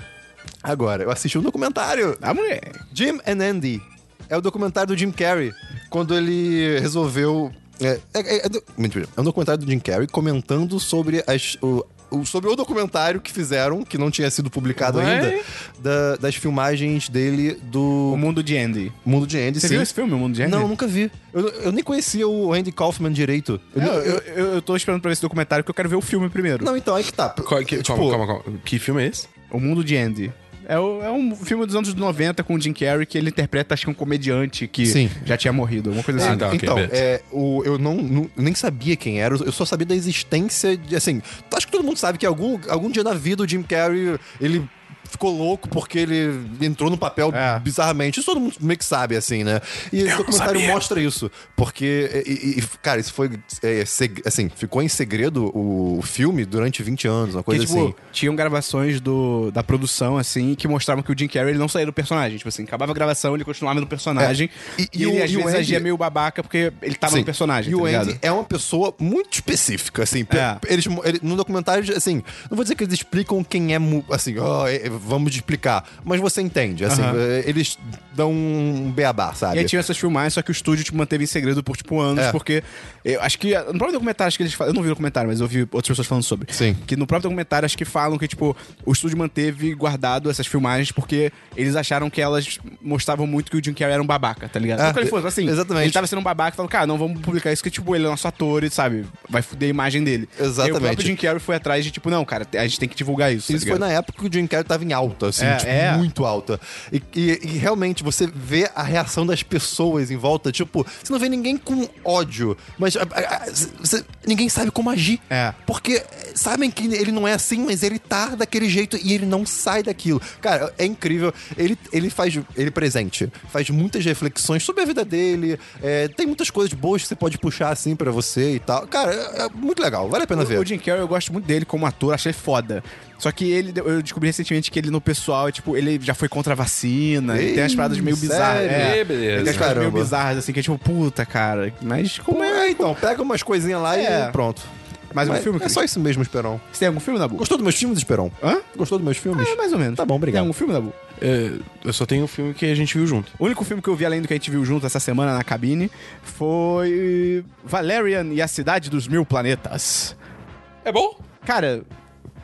Speaker 2: Agora, eu assisti um documentário.
Speaker 1: Ah, mulher.
Speaker 2: Jim and Andy. É o documentário do Jim Carrey, quando ele resolveu. É, é- é- é do- mentira, é um documentário do Jim Carrey comentando sobre as. o- o- sobre o documentário que fizeram, que não tinha sido publicado
Speaker 3: Ué?
Speaker 2: ainda, da- das filmagens dele
Speaker 1: O
Speaker 2: do
Speaker 1: mundo de Andy.
Speaker 2: Mundo de Andy.
Speaker 1: Você
Speaker 2: sim.
Speaker 1: viu esse filme, O Mundo de Andy?
Speaker 2: Não, nunca vi. Eu, eu nem conhecia o Andy Kaufman direito. Eu
Speaker 1: Eu,
Speaker 3: É,
Speaker 2: não-
Speaker 1: eu, eu, eu tô esperando pra ver esse documentário porque eu quero ver o filme primeiro.
Speaker 2: não, então, aí que tá.
Speaker 3: Qual- é que- calma, calma, calma. Que filme é esse?
Speaker 1: O Mundo de Andy. É, o- é um filme dos anos 90 com o Jim Carrey que ele interpreta, acho que um comediante que
Speaker 2: Sim.
Speaker 1: já tinha morrido, alguma coisa
Speaker 3: Ah,
Speaker 1: assim.
Speaker 3: tá. ok,
Speaker 2: então,
Speaker 3: beleza.
Speaker 2: é, o, eu não, nu- nem sabia quem era, eu só sabia da existência de, assim, acho que todo mundo sabe que algum, algum dia na vida o Jim Carrey, ele ficou louco porque ele entrou no papel
Speaker 1: É.
Speaker 2: bizarramente. Isso todo mundo meio que sabe, assim, né? E esse documentário mostra isso, porque, e- e- e, cara, isso foi, é, seg- assim, ficou em segredo o filme durante 20 anos, uma coisa
Speaker 1: Porque, tipo,
Speaker 2: assim.
Speaker 1: tinham gravações do, da produção, assim, que mostravam que o Jim Carrey ele não saía do personagem. Tipo assim, acabava a gravação, ele continuava no personagem. E,
Speaker 2: É. E- e
Speaker 1: ele,
Speaker 2: o-
Speaker 1: às
Speaker 2: e o
Speaker 1: vezes,
Speaker 2: Andy-
Speaker 1: agia meio babaca porque ele tava
Speaker 2: Sim.
Speaker 1: no personagem,
Speaker 2: E
Speaker 1: tá
Speaker 2: o
Speaker 1: ligado?
Speaker 2: Andy é uma pessoa muito específica, assim. pe-
Speaker 1: É.
Speaker 2: Eles, ele- no documentário, assim, não vou dizer que eles explicam quem é, mu- assim, ó, é- é, vamos explicar. Mas você entende, assim,
Speaker 1: Aham.
Speaker 2: é, eles dão um
Speaker 1: E
Speaker 2: beabá,
Speaker 1: é
Speaker 2: sabe?
Speaker 1: aí tinha essas filmagens, só que o estúdio tipo, manteve em segredo por, tipo, anos,
Speaker 2: É.
Speaker 1: porque... Eu acho que... No próprio documentário, acho que eles falam... Eu não vi o documentário, mas eu vi outras pessoas falando sobre.
Speaker 2: Sim.
Speaker 1: Que no próprio documentário, acho que falam que, tipo, o estúdio manteve guardado essas filmagens porque eles acharam que elas mostravam muito que o Jim Carrey era um babaca, tá ligado?
Speaker 2: Ah,
Speaker 1: Não que ele fosse, assim,
Speaker 2: exatamente.
Speaker 1: Ele tava sendo um babaca e falou, cara, não vamos publicar isso que, tipo, ele é nosso ator e, sabe, vai fuder a imagem dele. E aí o
Speaker 2: Exatamente.
Speaker 1: próprio Jim Carrey foi atrás de, tipo, não, cara, a gente tem que divulgar isso, tá
Speaker 2: Isso foi
Speaker 1: ligado?
Speaker 2: na época que o Jim Carrey tava em alta, assim,
Speaker 1: É,
Speaker 2: tipo,
Speaker 1: é.
Speaker 2: muito alta. E, e- e realmente, você vê a reação das pessoas em volta, tipo, você não vê ninguém com ódio, mas a- a- a- você- ninguém sabe como agir.
Speaker 1: É.
Speaker 2: Porque eh, sabem que ele não é assim, mas ele tá daquele jeito e ele não sai daquilo. Cara, é incrível. Ele, ele faz. Ele é presente. Faz muitas reflexões sobre a vida dele. é, tem muitas coisas boas que você pode puxar assim pra você e tal. Cara, é, é muito legal. Vale a pena ver.
Speaker 1: O Jim Carrey, eu gosto muito dele como ator, achei foda. Só que ele, eu descobri recentemente que ele no pessoal, é, tipo, ele já foi contra a vacina, ele
Speaker 2: Ih,
Speaker 1: tem umas paradas meio bizarras.
Speaker 2: sério?
Speaker 1: É,
Speaker 3: Ih, beleza.
Speaker 1: Ele tem umas paradas meio
Speaker 2: Caramba.
Speaker 1: bizarras, assim, que é tipo, puta, cara. Mas como
Speaker 2: É,
Speaker 1: é?
Speaker 2: então, pega umas coisinhas lá
Speaker 1: É.
Speaker 2: e pronto.
Speaker 1: Mais um
Speaker 2: Mas
Speaker 1: filme,
Speaker 2: É
Speaker 1: Cris?
Speaker 2: só isso mesmo, Esperão.
Speaker 1: Você tem algum filme, Nabu?
Speaker 2: Gostou dos meus filmes, Esperão?
Speaker 1: Hã?
Speaker 2: Gostou dos meus filmes?
Speaker 1: É, mais ou menos.
Speaker 2: Tá bom, obrigado.
Speaker 1: Tem algum filme, Nabu?
Speaker 3: eu só tenho um filme que a gente viu junto.
Speaker 1: O único filme que eu vi além do que a gente viu junto essa semana na cabine foi Valerian e a Cidade dos Mil Planetas.
Speaker 3: É bom?
Speaker 1: Cara,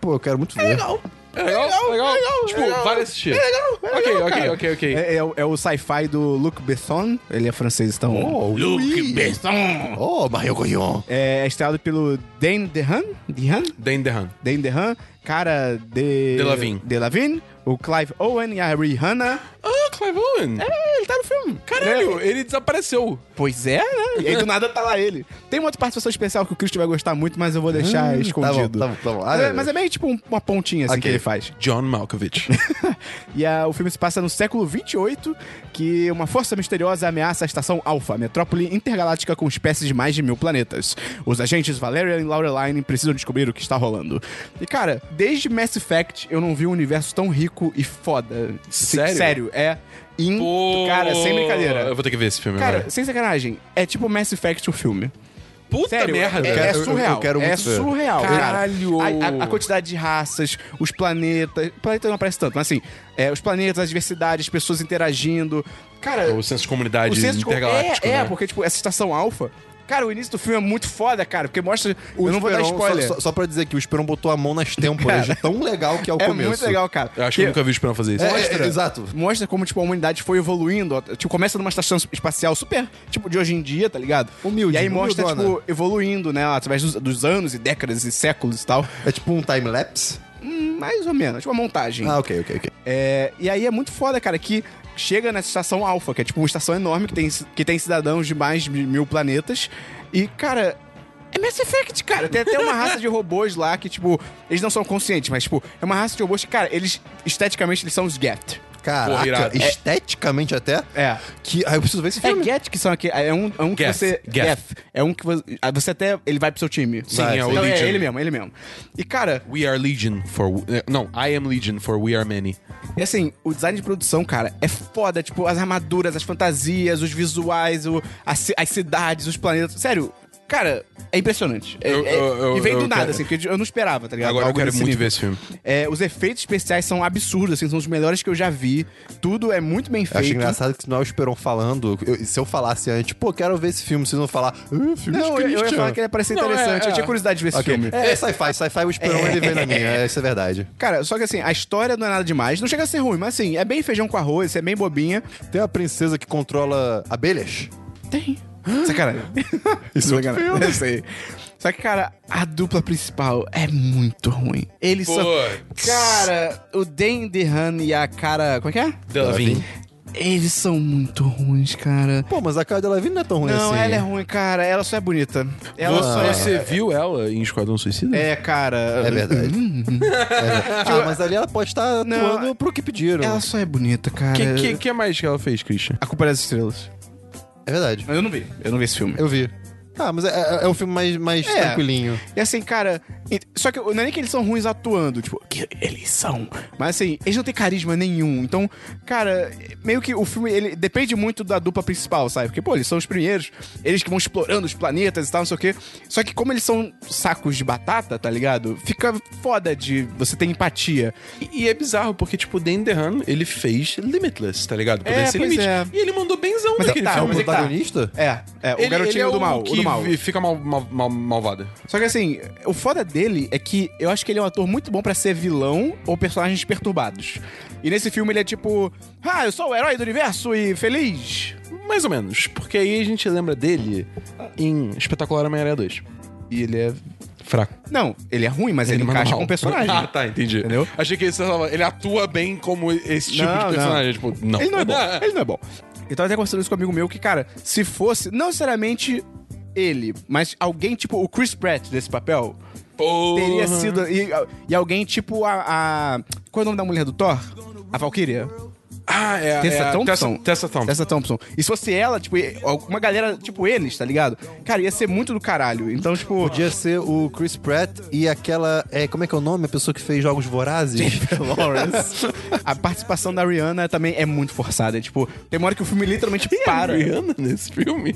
Speaker 2: Pô, eu quero muito ver.
Speaker 3: É legal, legal. tipo, vale assistir. É legal, é Ok, ok, ok, ok.
Speaker 1: é, é o- é o sci-fi do Luc Besson, ele é francês, então.
Speaker 2: Oh,
Speaker 1: Luc Besson!
Speaker 2: oh Mario Goyon.
Speaker 1: É estrelado pelo Dan DeHaan. DeHaan?
Speaker 3: Dan DeHaan.
Speaker 1: Dan DeHaan. Cara de...
Speaker 3: DeLavigne.
Speaker 1: DeLavigne. O Clive Owen e a Rihanna.
Speaker 3: Ah, Clive Owen.
Speaker 1: É, ele tá no filme.
Speaker 3: Caralho, ele desapareceu.
Speaker 1: Pois é, né? E aí do nada tá lá ele. Tem uma outra participação especial que o Christian vai gostar muito, mas eu vou deixar escondido.
Speaker 2: Tá bom, tá bom.
Speaker 1: Mas é- mas é meio tipo um- uma pontinha assim
Speaker 2: Ok.
Speaker 1: que ele faz.
Speaker 3: John <laughs> Malkovich.
Speaker 1: <laughs> E ah, o filme se passa no século 28, que uma força misteriosa ameaça a estação Alpha, metrópole intergaláctica com espécies de mais de mil planetas. Os agentes Valeria e Laureline precisam descobrir o que está rolando. E cara, desde Mass Effect eu não vi um universo tão rico e foda. Se-
Speaker 3: Sério?
Speaker 1: Sério, é. In...
Speaker 3: Pô, é
Speaker 1: Cara, sem
Speaker 3: Eu
Speaker 1: brincadeira.
Speaker 3: vou ter que ver esse filme
Speaker 1: Cara,
Speaker 3: agora.
Speaker 1: sem sacanagem, é tipo Mass Effect o filme.
Speaker 3: Puta
Speaker 1: Sério,
Speaker 3: merda. né?
Speaker 1: É, é
Speaker 2: Eu- eu- eu
Speaker 1: surreal.
Speaker 2: quero muito
Speaker 1: é
Speaker 2: ver.
Speaker 1: surreal. cara.
Speaker 3: Caralho.
Speaker 1: A, a- a quantidade de raças, os planetas. Planeta não aparece tanto, mas assim, é, os planetas, as diversidades, pessoas interagindo. Cara,
Speaker 3: O senso de
Speaker 1: o
Speaker 3: comunidade
Speaker 1: senso de.
Speaker 3: intergaláctico,
Speaker 1: é, é,
Speaker 3: né?
Speaker 1: porque, tipo, essa estação alfa. Cara, o início do filme é muito foda, cara, porque mostra. eu não vou dar spoiler.
Speaker 2: Só, só, só pra dizer que o Esperão botou a mão
Speaker 1: <laughs>
Speaker 2: nas têmporas de tão legal que é o
Speaker 1: é
Speaker 2: começo.
Speaker 1: muito legal, cara.
Speaker 3: Eu acho que eu
Speaker 1: Porque-
Speaker 3: nunca vi o Esperão fazer isso.
Speaker 2: É, é, é, exato.
Speaker 1: Mostra como, tipo, a humanidade foi evoluindo. ó. Tipo, começa numa estação espacial super, tipo, de hoje em dia, tá ligado?
Speaker 2: Humilde,
Speaker 1: E aí mostra,
Speaker 2: humildona.
Speaker 1: tipo, evoluindo, né? Através dos, dos anos e décadas e séculos e tal.
Speaker 2: É tipo um time-lapse?
Speaker 1: Hum, mais ou menos, tipo, uma montagem.
Speaker 2: Ah, ok, ok, ok.
Speaker 1: É, e aí é muito foda, cara, que chega nessa estação alfa, que é tipo uma estação enorme que tem, que tem cidadãos de mais de mil planetas. E, cara. É Mass Effect, cara. Tem até uma raça de robôs lá que, tipo, eles não são conscientes, mas, tipo, é uma raça de robôs que, cara, eles, esteticamente, eles são os Get.
Speaker 3: Porra, irado.
Speaker 2: Caraca, esteticamente até.
Speaker 1: É.
Speaker 2: Que, ah, eu preciso ver esse
Speaker 1: É
Speaker 2: filme.
Speaker 1: Get que são aqui. É um, é um que
Speaker 3: Geth,
Speaker 1: você.
Speaker 3: Geth.
Speaker 1: É um que você. ah, Você até. Ele vai pro seu time.
Speaker 3: Sim,
Speaker 1: Vai,
Speaker 3: é o
Speaker 1: então,
Speaker 3: Legion.
Speaker 1: É ele mesmo, ele mesmo. E, cara,
Speaker 3: We are Legion for... eh, Não, I am Legion for We are many.
Speaker 1: E assim, o design de produção, cara, é foda. Tipo, as armaduras, as fantasias, os visuais, o, as, ci- as cidades, os planetas. Sério, cara, é impressionante. É-
Speaker 3: Eu-
Speaker 1: é-
Speaker 3: eu-
Speaker 1: e vem
Speaker 3: eu-
Speaker 1: do
Speaker 3: eu
Speaker 1: nada,
Speaker 3: quero-
Speaker 1: assim, porque eu não esperava, tá ligado?
Speaker 3: Agora eu
Speaker 1: Algo
Speaker 3: quero
Speaker 1: desse
Speaker 3: muito
Speaker 1: nível.
Speaker 3: ver esse filme.
Speaker 1: É, os efeitos especiais são absurdos, assim, são os melhores que eu já vi. Tudo é muito bem
Speaker 2: Eu
Speaker 1: feito.
Speaker 2: achei engraçado que se não é o Esperon falando, eu- se eu falasse antes, pô, quero ver esse filme, vocês vão falar, "Ah, filme
Speaker 1: Não,
Speaker 2: de
Speaker 1: eu, eu ia
Speaker 2: Christian."
Speaker 1: falar que ele ia parecer
Speaker 3: Não, é,
Speaker 1: interessante.
Speaker 3: é.
Speaker 1: Eu tinha curiosidade de ver esse
Speaker 2: Ok.
Speaker 1: filme.
Speaker 2: É, sci-fi, sci-fi, o Esperon ele veio na minha, é, isso é verdade.
Speaker 1: Cara, só que assim, a história não é nada demais. Não chega a ser ruim, mas assim, é bem feijão com arroz, é bem bobinha.
Speaker 2: Tem uma princesa que controla abelhas?
Speaker 1: Tem. Sacanagem. Isso é sacanagem. Eu sei. Só que, cara, a dupla principal é muito ruim. Eles são.
Speaker 3: Putz.
Speaker 1: Cara, o Dan DeHaan e a cara. Como é que é?
Speaker 3: Delavin.
Speaker 1: Eles são muito ruins, cara.
Speaker 2: Pô, mas a cara dela vindo não é tão ruim
Speaker 1: Não,
Speaker 2: assim.
Speaker 1: ela é ruim, cara. Ela só é bonita. Ela só é.
Speaker 3: Você viu ela em Esquadrão Suicida?
Speaker 1: É, cara.
Speaker 2: É verdade. É. Ah, mas ali ela pode estar
Speaker 1: Hum. Não,
Speaker 2: atuando pro que pediram.
Speaker 1: Ela só é bonita, cara.
Speaker 3: Que, que, que mais que ela fez, Christian?
Speaker 1: A culpa é das estrelas.
Speaker 2: É verdade.
Speaker 1: Mas eu não vi. Eu não vi esse filme.
Speaker 2: Eu vi. Ah, mas é, é um filme mais, mais
Speaker 1: É.
Speaker 2: tranquilinho.
Speaker 1: E assim, cara, e- só que não é nem que eles são ruins atuando, tipo, que eles são. Mas assim, eles não têm carisma nenhum. Então, cara, meio que o filme, ele depende muito da dupla principal, sabe? Porque, pô, eles são os primeiros, eles que vão explorando os planetas e tal, não sei o quê. Só que como eles são sacos de batata, tá ligado? Fica foda de você ter empatia.
Speaker 3: E, e é bizarro, porque, tipo, o Dan DeHaan, ele fez Limitless, tá ligado? Poder
Speaker 1: É,
Speaker 3: sem
Speaker 1: pois
Speaker 3: limite.
Speaker 1: é.
Speaker 3: E ele mandou benzão
Speaker 1: Mas é que
Speaker 3: naquele
Speaker 1: tá,
Speaker 3: filme.
Speaker 1: mas é que tá.
Speaker 2: protagonista?
Speaker 1: É, é, o
Speaker 3: Ele-
Speaker 1: garotinho
Speaker 3: ele é
Speaker 1: do
Speaker 3: o
Speaker 1: mal,
Speaker 3: que
Speaker 1: o do mal.
Speaker 3: vi- fica mal, mal, mal- malvada.
Speaker 1: Só que assim, o foda dele é que eu acho que ele é um ator muito bom pra ser vilão ou personagens perturbados. E nesse filme ele é tipo, ah, eu sou o herói do universo e feliz.
Speaker 3: Mais ou menos. Porque aí a gente lembra dele em Espetacular Homem-Aranha 2.
Speaker 1: E ele é
Speaker 3: fraco.
Speaker 1: Não, ele é ruim, mas ele,
Speaker 3: manda
Speaker 1: encaixa
Speaker 3: mal.
Speaker 1: com o personagem.
Speaker 3: <laughs> Ah, tá, entendi.
Speaker 1: Entendeu?
Speaker 3: Achei que ele, sei lá, ele atua bem como esse tipo
Speaker 1: Não,
Speaker 3: de
Speaker 1: não.
Speaker 3: personagem. Tipo, não.
Speaker 1: Ele não é bom.
Speaker 3: <laughs>
Speaker 1: ele não é bom. Eu tava até conversando isso com um amigo meu que, cara, se fosse, não necessariamente ele, mas alguém tipo o Chris Pratt desse papel,
Speaker 3: Porra.
Speaker 1: teria sido. E, e alguém tipo a, a- Qual é o nome da mulher do Thor? A Valkyria?
Speaker 3: Ah, é.
Speaker 1: Tessa
Speaker 3: é, a
Speaker 1: Thompson?
Speaker 3: Tessa, Tessa Thompson.
Speaker 1: Tessa Thompson. E se fosse ela, tipo, e- uma galera, tipo eles, tá ligado? Cara, ia ser muito do caralho. Então, tipo.
Speaker 2: <laughs> Podia ser o Chris Pratt e aquela. É, como é que é o nome? A pessoa que fez Jogos Vorazes?
Speaker 1: Lawrence. A participação da Rihanna também é muito forçada. É, tipo, tem uma hora que o filme literalmente para.
Speaker 3: Rihanna nesse filme.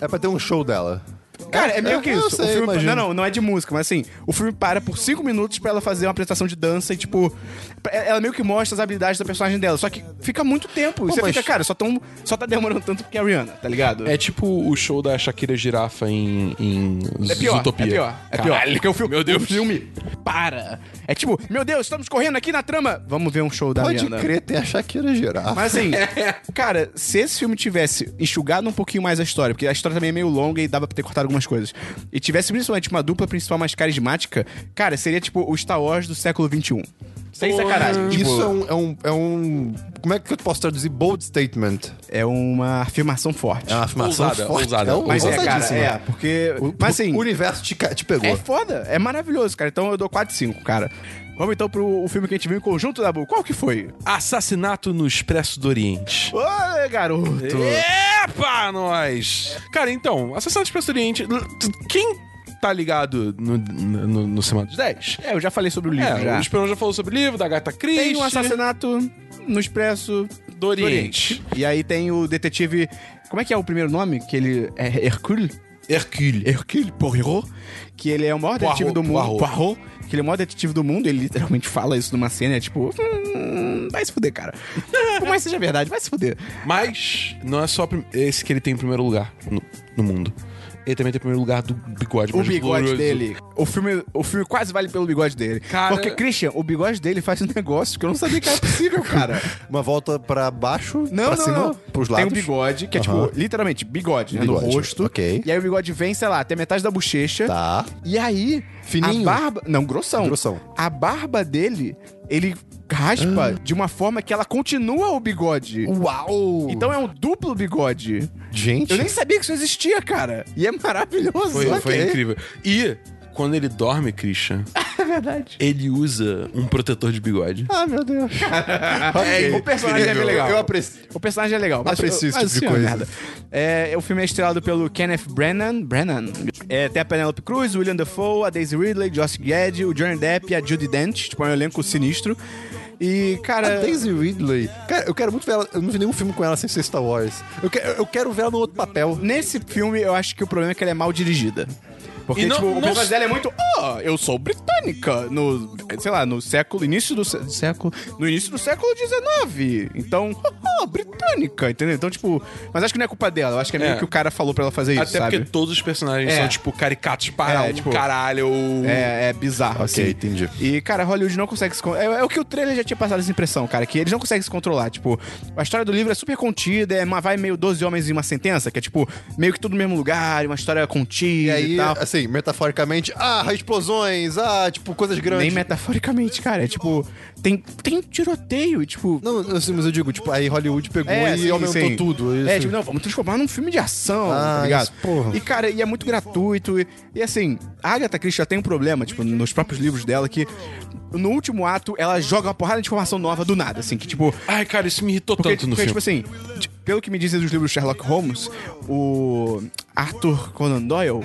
Speaker 2: é pra ter um show dela.
Speaker 1: Cara, é meio que
Speaker 2: eu
Speaker 1: isso.
Speaker 2: sei,
Speaker 1: o filme...
Speaker 2: imagino.
Speaker 1: Não, não, não é de música, mas assim, o filme para por cinco minutos pra ela fazer uma apresentação de dança e, tipo, pra- ela meio que mostra as habilidades da personagem dela. Só que fica muito tempo. E você
Speaker 2: mas-
Speaker 1: fica, cara, só, tão, só tá demorando tanto porque é a Rihanna, tá ligado?
Speaker 3: É tipo o show da Shakira Girafa em, em
Speaker 1: É pior,
Speaker 3: Zootopia.
Speaker 1: é pior, é pior.
Speaker 3: Caralho,
Speaker 1: Porque o filme,
Speaker 3: Meu Deus.
Speaker 1: o filme para. É tipo, meu Deus, estamos correndo aqui na trama. Vamos ver um show da
Speaker 2: Pode
Speaker 1: Rihanna.
Speaker 2: crer, tem a Shakira girar.
Speaker 1: Mas assim, cara, se esse filme tivesse enxugado um pouquinho mais a história, porque a história também é meio longa e dava pra ter cortado algumas coisas, e tivesse principalmente uma dupla principal mais carismática, cara, seria tipo o Star Wars do século XXI. Sem sacanagem. Tipo,
Speaker 2: Isso é um, é, um, é um. Como é que eu posso traduzir bold statement?
Speaker 1: é uma afirmação forte.
Speaker 2: É uma afirmação
Speaker 3: Ousada,
Speaker 2: forte.
Speaker 3: ousada.
Speaker 2: um-
Speaker 1: Mas é, cara,
Speaker 2: ousadíssima.
Speaker 1: é, porque.
Speaker 2: O,
Speaker 1: mas assim.
Speaker 2: o universo te, ca- te pegou.
Speaker 1: É foda, é maravilhoso, cara. Então eu dou 4 5, cara. Vamos então pro o filme que a gente viu em conjunto, Dabu. Qual que foi?
Speaker 3: Assassinato no Expresso do Oriente.
Speaker 1: Ô, garoto!
Speaker 3: Epa, nós! Cara, então, Assassinato Expresso do Oriente. Quem tá ligado no, no, no Semana dos 10?
Speaker 1: É, eu já falei sobre o livro,
Speaker 3: É,
Speaker 1: já.
Speaker 3: o Esperão já falou sobre o livro, da Gata Christie.
Speaker 1: Tem um assassinato no Expresso
Speaker 3: do Oriente.
Speaker 1: E aí tem o detetive... Como é que é o primeiro nome? Que ele é Hercule? Hercule. Hercule Poirot. Que ele é o maior detetive
Speaker 3: Poirot,
Speaker 1: do mundo.
Speaker 3: Poirot.
Speaker 1: Poirot. Que ele é o maior detetive do mundo. Ele literalmente fala isso numa cena. É tipo... "Hum, vai se fuder, cara. <laughs> Por mais que seja verdade, vai se fuder.
Speaker 3: Mas não é só prim- esse que ele tem em primeiro lugar no, no mundo. Ele também tem em primeiro lugar do bigode.
Speaker 1: O
Speaker 3: mais
Speaker 1: bigode
Speaker 3: glorioso.
Speaker 1: dele. O filme, o filme quase vale pelo bigode dele.
Speaker 3: Cara-
Speaker 1: Porque, Christian, o bigode dele faz um negócio que eu não sabia que era possível,
Speaker 2: <laughs>
Speaker 1: cara.
Speaker 2: Uma volta pra baixo,
Speaker 1: Não, não,
Speaker 2: pra cima,
Speaker 1: não.
Speaker 2: pros
Speaker 1: Tem um
Speaker 2: lados.
Speaker 1: bigode, que é
Speaker 2: Aham.
Speaker 1: tipo, literalmente, bigode, né? No
Speaker 2: Bigode,
Speaker 1: rosto.
Speaker 2: ok.
Speaker 1: E aí o bigode vem, sei lá, até metade da bochecha.
Speaker 2: Tá.
Speaker 1: E aí,
Speaker 2: Fininho?
Speaker 1: a barba... Não, grossão.
Speaker 2: Grossão. Ah.
Speaker 1: A barba dele, ele raspa de uma forma que ela continua o bigode.
Speaker 2: Uau!
Speaker 1: Então é um duplo bigode.
Speaker 2: gente,
Speaker 1: Eu nem sabia que isso existia, cara. E é maravilhoso.
Speaker 3: Foi, foi
Speaker 1: ok.
Speaker 3: incrível. E quando ele
Speaker 1: <laughs>
Speaker 3: dorme, Christian. é verdade. Ele usa um protetor de bigode.
Speaker 2: Ah, meu Deus.
Speaker 1: É, o personagem é bem legal.
Speaker 2: Eu aprecio.
Speaker 1: O personagem é legal. Mas,
Speaker 2: Aprecio esse
Speaker 1: mas
Speaker 2: tipo de
Speaker 1: o filme é
Speaker 2: coisa.
Speaker 1: merda. É, o filme é estrelado pelo Kenneth Brennan. Brennan. É, tem a Penelope Cruz, o William Dafoe, a Daisy Ridley, Josh Gad, o Johnny Depp e a Judy Dent. Tipo, é um elenco sinistro. E,
Speaker 2: A
Speaker 1: cara...
Speaker 2: Daisy Ridley. Cara, eu quero muito ver ela. Eu não vi nenhum filme com ela sem ser Star Wars. Eu, que- eu quero ver ela no outro papel.
Speaker 1: Nesse filme, eu acho que o problema é que ela é mal dirigida. Porque,
Speaker 3: E não-
Speaker 1: tipo, o
Speaker 3: não
Speaker 1: personagem
Speaker 3: se-
Speaker 1: dela é muito... Oh, eu sou britânica! No, sei lá, no século... Início do sé- século... No início do século XIX. Então... <laughs> Oh, britânica, entendeu? Então, tipo... Mas acho que não é culpa dela. Eu acho que é meio
Speaker 3: É.
Speaker 1: que o cara falou pra ela fazer isso,
Speaker 3: Até
Speaker 1: sabe?
Speaker 3: porque todos os personagens
Speaker 1: É.
Speaker 3: são, tipo, caricatos para
Speaker 1: É,
Speaker 3: um
Speaker 1: tipo,
Speaker 3: caralho. um-
Speaker 1: É, é bizarro, assim.
Speaker 2: entendi.
Speaker 1: E, cara, Hollywood não consegue se... con- É, é o que o trailer já tinha passado essa impressão, cara, que eles não conseguem se controlar. Tipo, a história do livro é super contida, é uma, vai meio 12 homens e uma sentença, que é, tipo, meio que tudo no mesmo lugar, uma história
Speaker 2: E
Speaker 1: contida e,
Speaker 2: aí,
Speaker 1: tal.
Speaker 2: assim, metaforicamente, ah, explosões, ah, tipo, coisas
Speaker 1: Nem
Speaker 2: grandes.
Speaker 1: metaforicamente, cara. É tipo, tem, tem tiroteio e, tipo.
Speaker 2: Não, assim, mas eu digo, tipo, aí Hollywood pegou
Speaker 1: É,
Speaker 2: e
Speaker 1: sim,
Speaker 2: aumentou
Speaker 1: sim.
Speaker 2: tudo. isso.
Speaker 1: É, tipo, não, vamos transformar num filme de ação,
Speaker 2: Ah,
Speaker 1: tá ligado?
Speaker 2: isso, porra.
Speaker 1: E, cara, e é muito gratuito. E, e, assim, a Agatha Christie já tem um problema, tipo, nos próprios livros dela, que no último ato ela joga uma porrada de informação nova do nada, assim, que, tipo,
Speaker 3: Ai, cara, isso me irritou
Speaker 1: Porque,
Speaker 3: tanto no
Speaker 1: porque,
Speaker 3: filme.
Speaker 1: tipo assim, t- pelo que me dizem dos livros de Sherlock Holmes, o Arthur Conan Doyle,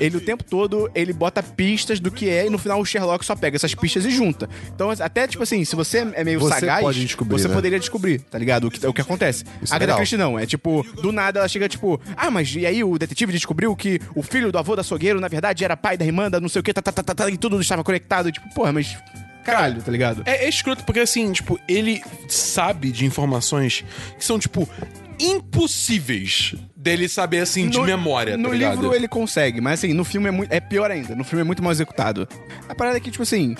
Speaker 1: ele o tempo todo, ele bota pistas do que é e no final o Sherlock só pega essas pistas e junta. Então, até tipo assim, se você é meio
Speaker 2: Você
Speaker 1: sagaz,
Speaker 2: pode descobrir,
Speaker 1: você
Speaker 2: né?
Speaker 1: poderia descobrir, tá ligado? O que, o que acontece.
Speaker 2: Isso é
Speaker 1: A Agatha
Speaker 2: legal.
Speaker 1: Christie não, é tipo, do nada ela chega tipo, ah, mas e aí o detetive descobriu que o filho do avô da Sogueiro, na verdade, era pai da irmã da não sei o que, tá, tá, tá, tá, tá, e tudo estava conectado. E, tipo, porra, mas caralho, tá ligado?
Speaker 3: É, é escroto porque, assim, tipo, ele sabe de informações que são, tipo, impossíveis dele saber, assim, de
Speaker 1: No-
Speaker 3: memória,
Speaker 1: No
Speaker 3: tá ligado?
Speaker 1: livro ele consegue, mas assim, no filme é, muito, é pior ainda. No filme é muito mal executado. A parada é que, tipo assim,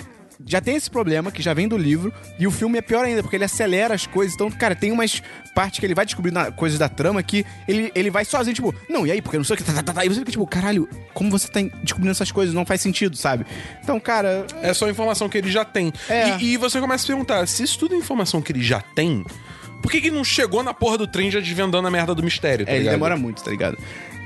Speaker 1: já tem esse problema, que já vem do livro, e o filme é pior ainda, porque ele acelera as coisas. Então, cara, tem umas partes que ele vai descobrindo na- coisas da trama que ele, ele vai sozinho, tipo, não, e aí, porque não sei o que, tá, tá, tá, tá. E você fica tipo, caralho, como você tá descobrindo essas coisas? Não faz sentido, sabe? Então, cara,
Speaker 3: É só informação que ele já tem.
Speaker 1: É.
Speaker 3: E, e você começa a perguntar: se isso tudo é informação que ele já tem, por que, que não chegou na porra do trem já desvendando a merda do mistério? tá
Speaker 1: É, ele
Speaker 3: ligado?
Speaker 1: demora muito, tá ligado?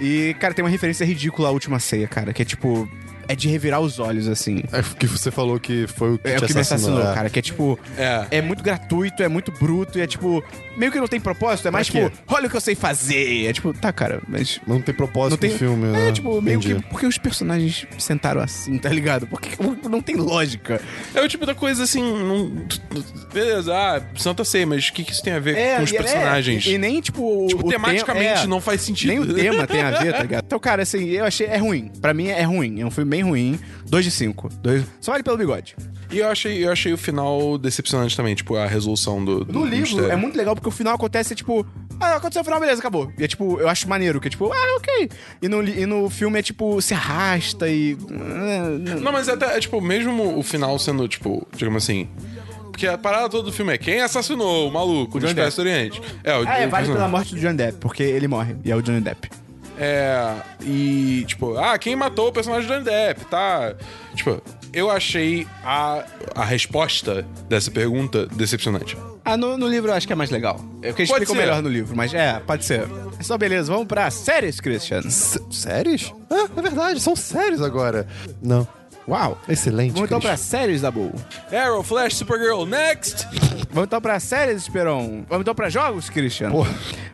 Speaker 1: E, cara, tem uma referência ridícula à última ceia, cara, que é tipo. É de revirar os olhos, assim.
Speaker 2: É o que você falou que foi o que
Speaker 1: É
Speaker 2: te
Speaker 1: o que me assassinou,
Speaker 2: é.
Speaker 1: cara. Que é tipo.
Speaker 3: É.
Speaker 1: É. muito gratuito, é muito bruto, e é tipo. Meio que não tem propósito, é mais
Speaker 2: quê?
Speaker 1: tipo, olha o que eu sei fazer. É tipo, tá, cara, mas.
Speaker 2: Não tem propósito
Speaker 1: Não tem.
Speaker 2: no filme,
Speaker 1: é,
Speaker 2: né?
Speaker 1: tipo, meio
Speaker 2: Entendi.
Speaker 1: que. Porque os personagens sentaram assim, tá ligado? Porque <laughs> não tem lógica.
Speaker 3: É o tipo da coisa assim. não- tu- tu- beleza, ah, Santa Ceia, mas o que, que isso tem a ver com os
Speaker 1: É, e-
Speaker 3: personagens?
Speaker 1: E, e nem, tipo.
Speaker 3: Tipo,
Speaker 1: o
Speaker 3: tematicamente
Speaker 1: tem- é.
Speaker 3: não faz sentido.
Speaker 1: Nem o tema tem a
Speaker 3: <laughs>
Speaker 1: ver, tá ligado? Então, cara, assim, eu achei. É ruim. Pra mim é ruim. É um filme bem ruim. 2 de 5. Dois... Só vale pelo bigode.
Speaker 3: E eu achei, eu achei o final decepcionante também, tipo, a resolução do. do
Speaker 1: No livro
Speaker 3: mistério.
Speaker 1: é muito legal porque o final acontece, tipo. Ah, aconteceu o final, beleza, acabou. E é tipo, eu acho maneiro, que é tipo, ah, ok. E no, li- e no filme é tipo, se arrasta e.
Speaker 3: Não, mas até, é, tipo, mesmo o final sendo, tipo, digamos assim. Porque a parada toda do filme é quem assassinou o maluco do
Speaker 1: Johnny
Speaker 3: Expresso do Oriente. É, o,
Speaker 1: Ah, é,
Speaker 3: o-
Speaker 1: vale
Speaker 3: não.
Speaker 1: pela morte do Johnny Depp, porque ele morre. E é o Johnny Depp.
Speaker 3: É. E, tipo, ah, quem matou o personagem do Johnny Depp, tá? Tipo, eu achei a, a resposta dessa pergunta decepcionante.
Speaker 1: Ah, no, no livro eu acho que é mais legal. É porque
Speaker 3: Pode
Speaker 1: explicam
Speaker 3: ser.
Speaker 1: melhor no livro, mas é, pode ser. É só beleza, vamos pra séries, Christian.
Speaker 2: S- séries? Ah, é verdade, são séries agora. Não.
Speaker 1: Uau.
Speaker 2: Excelente.
Speaker 1: Vamos então pra
Speaker 2: Christian.
Speaker 1: séries, Dabu.
Speaker 3: Arrow, Flash, Supergirl, next!
Speaker 1: Vamos então pra séries, Esperon. Vamos então pra jogos, Christian.
Speaker 2: Porra.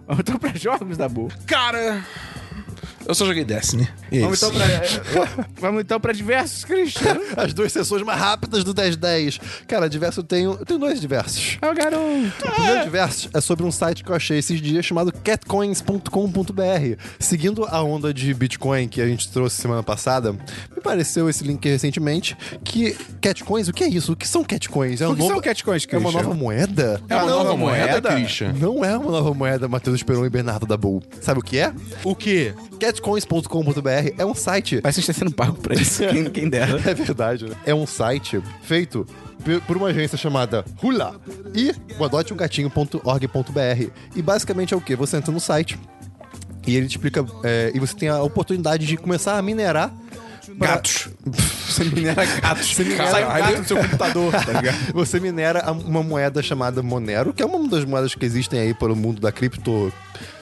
Speaker 1: Vamos então pra jogos, Dabu.
Speaker 3: Cara! Eu só joguei Destiny. é
Speaker 1: Vamos então pra. <laughs> Vamos então pra diversos, Christian.
Speaker 2: As duas sessões mais rápidas do 1010. Cara, diverso eu tenho. Eu tenho dois diversos.
Speaker 1: <laughs> É o garoto.
Speaker 2: O primeiro diverso é sobre um site que eu achei esses dias chamado catcoins.com.br. Seguindo a onda de Bitcoin que a gente trouxe semana passada, me pareceu esse link recentemente que catcoins, o que é isso? O que são catcoins? É
Speaker 1: O que são catcoins,
Speaker 2: É uma
Speaker 1: Christian?
Speaker 2: nova moeda?
Speaker 3: É uma
Speaker 1: Não,
Speaker 3: nova
Speaker 1: não,
Speaker 3: moeda,
Speaker 1: moeda?
Speaker 3: Christian?
Speaker 2: Não é uma nova moeda, Matheus Esperon e Bernardo da Bull. Sabe o que é?
Speaker 3: O quê?
Speaker 2: Catcoins.com.br é um site
Speaker 1: Parece que está sendo pago pra
Speaker 2: <laughs>
Speaker 1: isso, quem, quem dera.
Speaker 2: É verdade, né? É um site feito pe- por uma agência chamada Hula e o um adoteumgatinho.org.br. E basicamente é o quê? Você entra no site e ele te explica. é, e você tem a oportunidade de começar a minerar. pra-
Speaker 1: Gatos. Você minera gatos. Você
Speaker 2: minera
Speaker 1: Sai
Speaker 3: gato.
Speaker 1: um gato do seu computador, tá ligado?
Speaker 2: <laughs> Você minera a- uma moeda chamada Monero, que é uma das moedas que existem aí pelo mundo da cripto,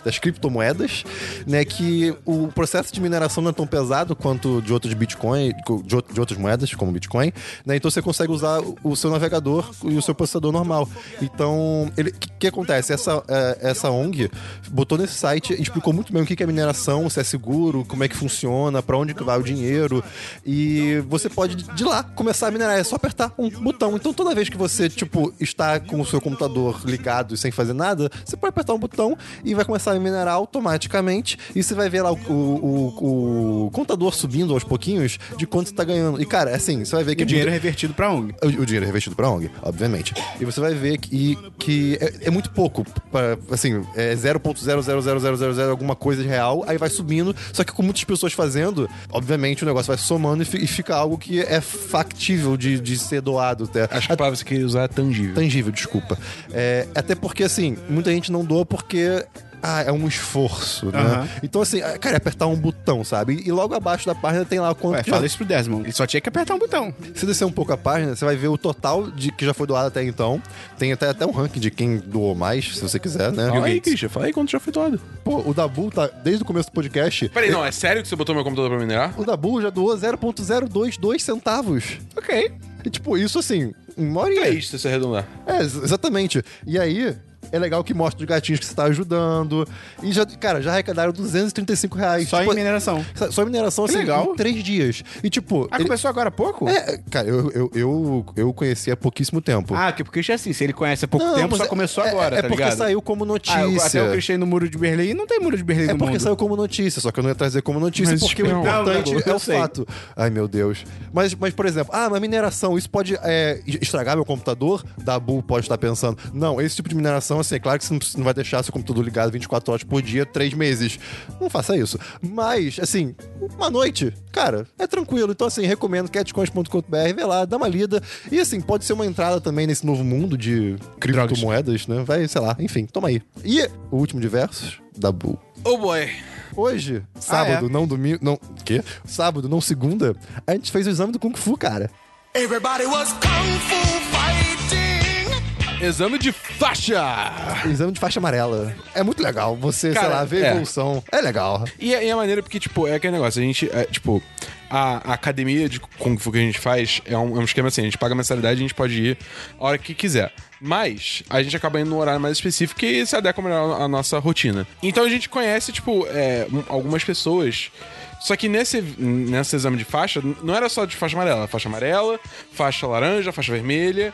Speaker 2: das criptomoedas, né? Que o processo de mineração não é tão pesado quanto de outros Bitcoin, de, out- de outras moedas, como Bitcoin, né? Então você consegue usar o- o seu navegador e o seu processador normal. Então, o que, que acontece? Essa, eh, essa ONG botou nesse site, explicou muito bem o que que é mineração, se é seguro, como é que funciona, pra onde que vai o dinheiro. E você pode de lá começar a minerar, é só apertar um botão. Então toda vez que você, tipo, está com o seu computador ligado e sem fazer nada, você pode apertar um botão e vai começar a minerar automaticamente. E você vai ver lá o, o- o- o contador subindo aos pouquinhos de quanto você tá ganhando. E cara, assim, você vai ver que
Speaker 1: E o dinheiro é revertido pra ONG.
Speaker 2: o, o dinheiro é revestido pra ONG, obviamente. E você vai ver que, que é, é muito pouco. pra- assim, é 0.00000 alguma coisa de real, aí vai subindo. Só que com muitas pessoas fazendo, obviamente o negócio vai somando e, fi- e fica algo que é factível de, de ser doado. Até.
Speaker 3: Acho que a palavra que você queria usar é tangível.
Speaker 2: Tangível, desculpa. É, até porque, assim, muita gente não doa porque. Ah, é um esforço, né?
Speaker 1: Aham.
Speaker 2: Então, assim, cara, é apertar um botão, sabe? E logo abaixo da página tem lá o quanto
Speaker 1: Ué,
Speaker 2: que
Speaker 1: É, fala
Speaker 2: já-
Speaker 1: isso pro Desmond. Ele só tinha que apertar um botão.
Speaker 2: se descer um pouco a página, você vai ver o total de que já foi doado até então. Tem até, até um ranking de quem doou mais, se você quiser, né?
Speaker 3: Fala aí, Christian, fala aí quanto já foi doado.
Speaker 2: Pô, o Dabu tá desde o começo do podcast.
Speaker 3: Peraí, não, é sério que você botou meu computador pra minerar?
Speaker 2: O Dabu já doou 0.022 centavos.
Speaker 1: Ok.
Speaker 2: E, tipo, isso assim, uma hora e
Speaker 3: É isso, se você arredondar.
Speaker 2: É, ex- exatamente. E aí, é legal que mostra os gatinhos que você tá ajudando. E já, cara, já arrecadaram 235 reais.
Speaker 1: Só
Speaker 2: Tipo,
Speaker 1: em mineração.
Speaker 2: só- Só em mineração,
Speaker 1: Que
Speaker 2: assim,
Speaker 1: legal.
Speaker 2: em três dias. E tipo.
Speaker 1: Ah,
Speaker 2: ele-
Speaker 1: começou agora há pouco?
Speaker 2: É, cara, eu, eu, eu, eu conheci há pouquíssimo tempo.
Speaker 1: Ah, que porque já assim, se ele conhece há pouco
Speaker 2: Não,
Speaker 1: tempo,
Speaker 2: mas
Speaker 1: só
Speaker 2: é-
Speaker 1: começou
Speaker 2: é-
Speaker 1: agora,
Speaker 2: É,
Speaker 1: tá
Speaker 2: porque
Speaker 1: ligado?
Speaker 2: saiu como
Speaker 1: Ah, eu-
Speaker 2: notícia.
Speaker 1: até eu cristei no muro de Berlim e não tem muro de Berlim
Speaker 2: é
Speaker 1: no
Speaker 2: porque
Speaker 1: mundo.
Speaker 2: saiu como notícia, só que eu não ia trazer como notícia,
Speaker 3: Mas,
Speaker 2: porque
Speaker 3: não,
Speaker 2: o importante
Speaker 1: não,
Speaker 2: é
Speaker 1: eu
Speaker 2: o
Speaker 1: sei.
Speaker 2: fato. Ai, meu Deus. Mas, mas, por exemplo, ah, mas mineração, isso pode é, estragar meu computador? Dabu pode estar pensando. Não, esse tipo de mineração, assim, é claro que você não precisa- não vai deixar seu computador ligado 24 horas por dia, 3 meses. Não faça isso. Mas, assim, uma noite, cara, é tranquilo. Então, assim, recomendo catcoins.com.br, vê lá, dá uma lida. E, assim, pode ser uma entrada também nesse novo mundo de criptomoedas, né? Vai, sei lá, enfim, toma aí. E o último de versos, da Bull.
Speaker 3: Oh boy.
Speaker 2: Hoje, sábado,
Speaker 1: é?
Speaker 2: não domingo, não... Quê? Sábado, não segunda, a gente fez o exame do Kung Fu, cara.
Speaker 3: Exame de faixa!
Speaker 2: Exame de faixa amarela. É muito legal. Você, sei
Speaker 3: Cara,
Speaker 2: lá, vê a
Speaker 3: é.
Speaker 2: evolução. É legal.
Speaker 3: E é, e é maneiro porque, tipo, é aquele negócio, a gente, é, tipo, a, a academia de Kung Fu que a gente faz é um, é um esquema assim, a gente paga mensalidade e a gente pode ir a hora que quiser. Mas a gente acaba indo num horário mais específico e se adequa melhor à nossa rotina. Então a gente conhece, tipo, é, um- algumas pessoas. Só que nesse, nesse exame de faixa, n- não era só de faixa amarela, era faixa amarela, faixa laranja, faixa vermelha.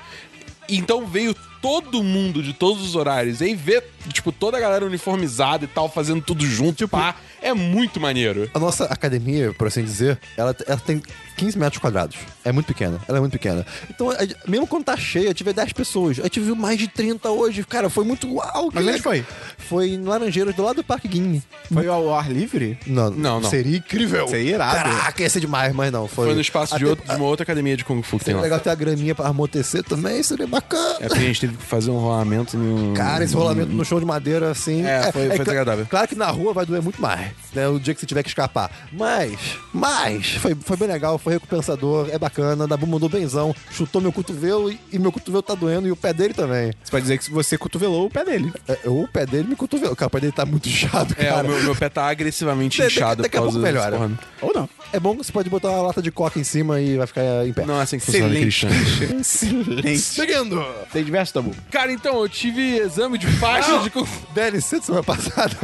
Speaker 3: Então veio todo mundo de todos os horários. E aí ver, tipo, toda a galera uniformizada e tal, fazendo tudo junto, tipo, pá, é muito maneiro.
Speaker 2: A nossa academia, por assim dizer, ela, ela tem 15 metros quadrados. É muito pequena. Ela é muito pequena. Então, a- mesmo quando tá cheia, tive 10 pessoas. A gente viu mais de 30 hoje. Cara, foi muito uau. que
Speaker 1: Mas onde
Speaker 2: legal.
Speaker 1: foi?
Speaker 2: Foi em Laranjeiras, do lado do Parque Guinhe.
Speaker 1: Foi ao ar livre?
Speaker 2: Não,
Speaker 3: Não, não.
Speaker 2: Seria incrível.
Speaker 1: Seria irado.
Speaker 2: Caraca, ia ser demais, mas não. Foi,
Speaker 3: Foi no espaço de,
Speaker 2: Até-
Speaker 3: outro- de uma outra academia de Kung Fu que tem
Speaker 2: Seria
Speaker 3: lá.
Speaker 2: legal ter a graninha pra amortecer também. Seria bacana.
Speaker 3: É porque a gente teve que fazer um rolamento no.
Speaker 2: Cara, esse rolamento no chão de madeira, assim.
Speaker 3: Uhum. É, foi- foi
Speaker 2: cla-
Speaker 3: desagradável.
Speaker 2: Claro que na rua vai doer muito mais, né? O dia que você tiver que escapar. Mas, mas, foi, foi bem legal, foi recompensador, é bacana. Dabu mandou benzão, chutou meu cotovelo e, e meu cotovelo tá doendo e o pé dele também.
Speaker 1: Você pode dizer que você cotovelou o pé dele.
Speaker 2: É, o pé dele me cotovelou. Cara, o pé dele tá muito <laughs> chato,
Speaker 3: É,
Speaker 2: cara.
Speaker 3: o meu, meu pé tá agressivamente
Speaker 2: Daqui-
Speaker 3: inchado
Speaker 2: daqui a pouco
Speaker 3: desse né?
Speaker 2: melhora.
Speaker 3: rolamento.
Speaker 1: Ou não.
Speaker 2: É bom que você pode botar uma lata de coca em cima e vai ficar em pé.
Speaker 3: Não é assim que funciona, Cristian.
Speaker 2: <laughs>
Speaker 1: Silêncio.
Speaker 2: Seguindo!
Speaker 1: Tem diversos tabu.
Speaker 3: Cara, então, eu tive exame de faixa de Kung Fu.
Speaker 2: DLC de semana passada.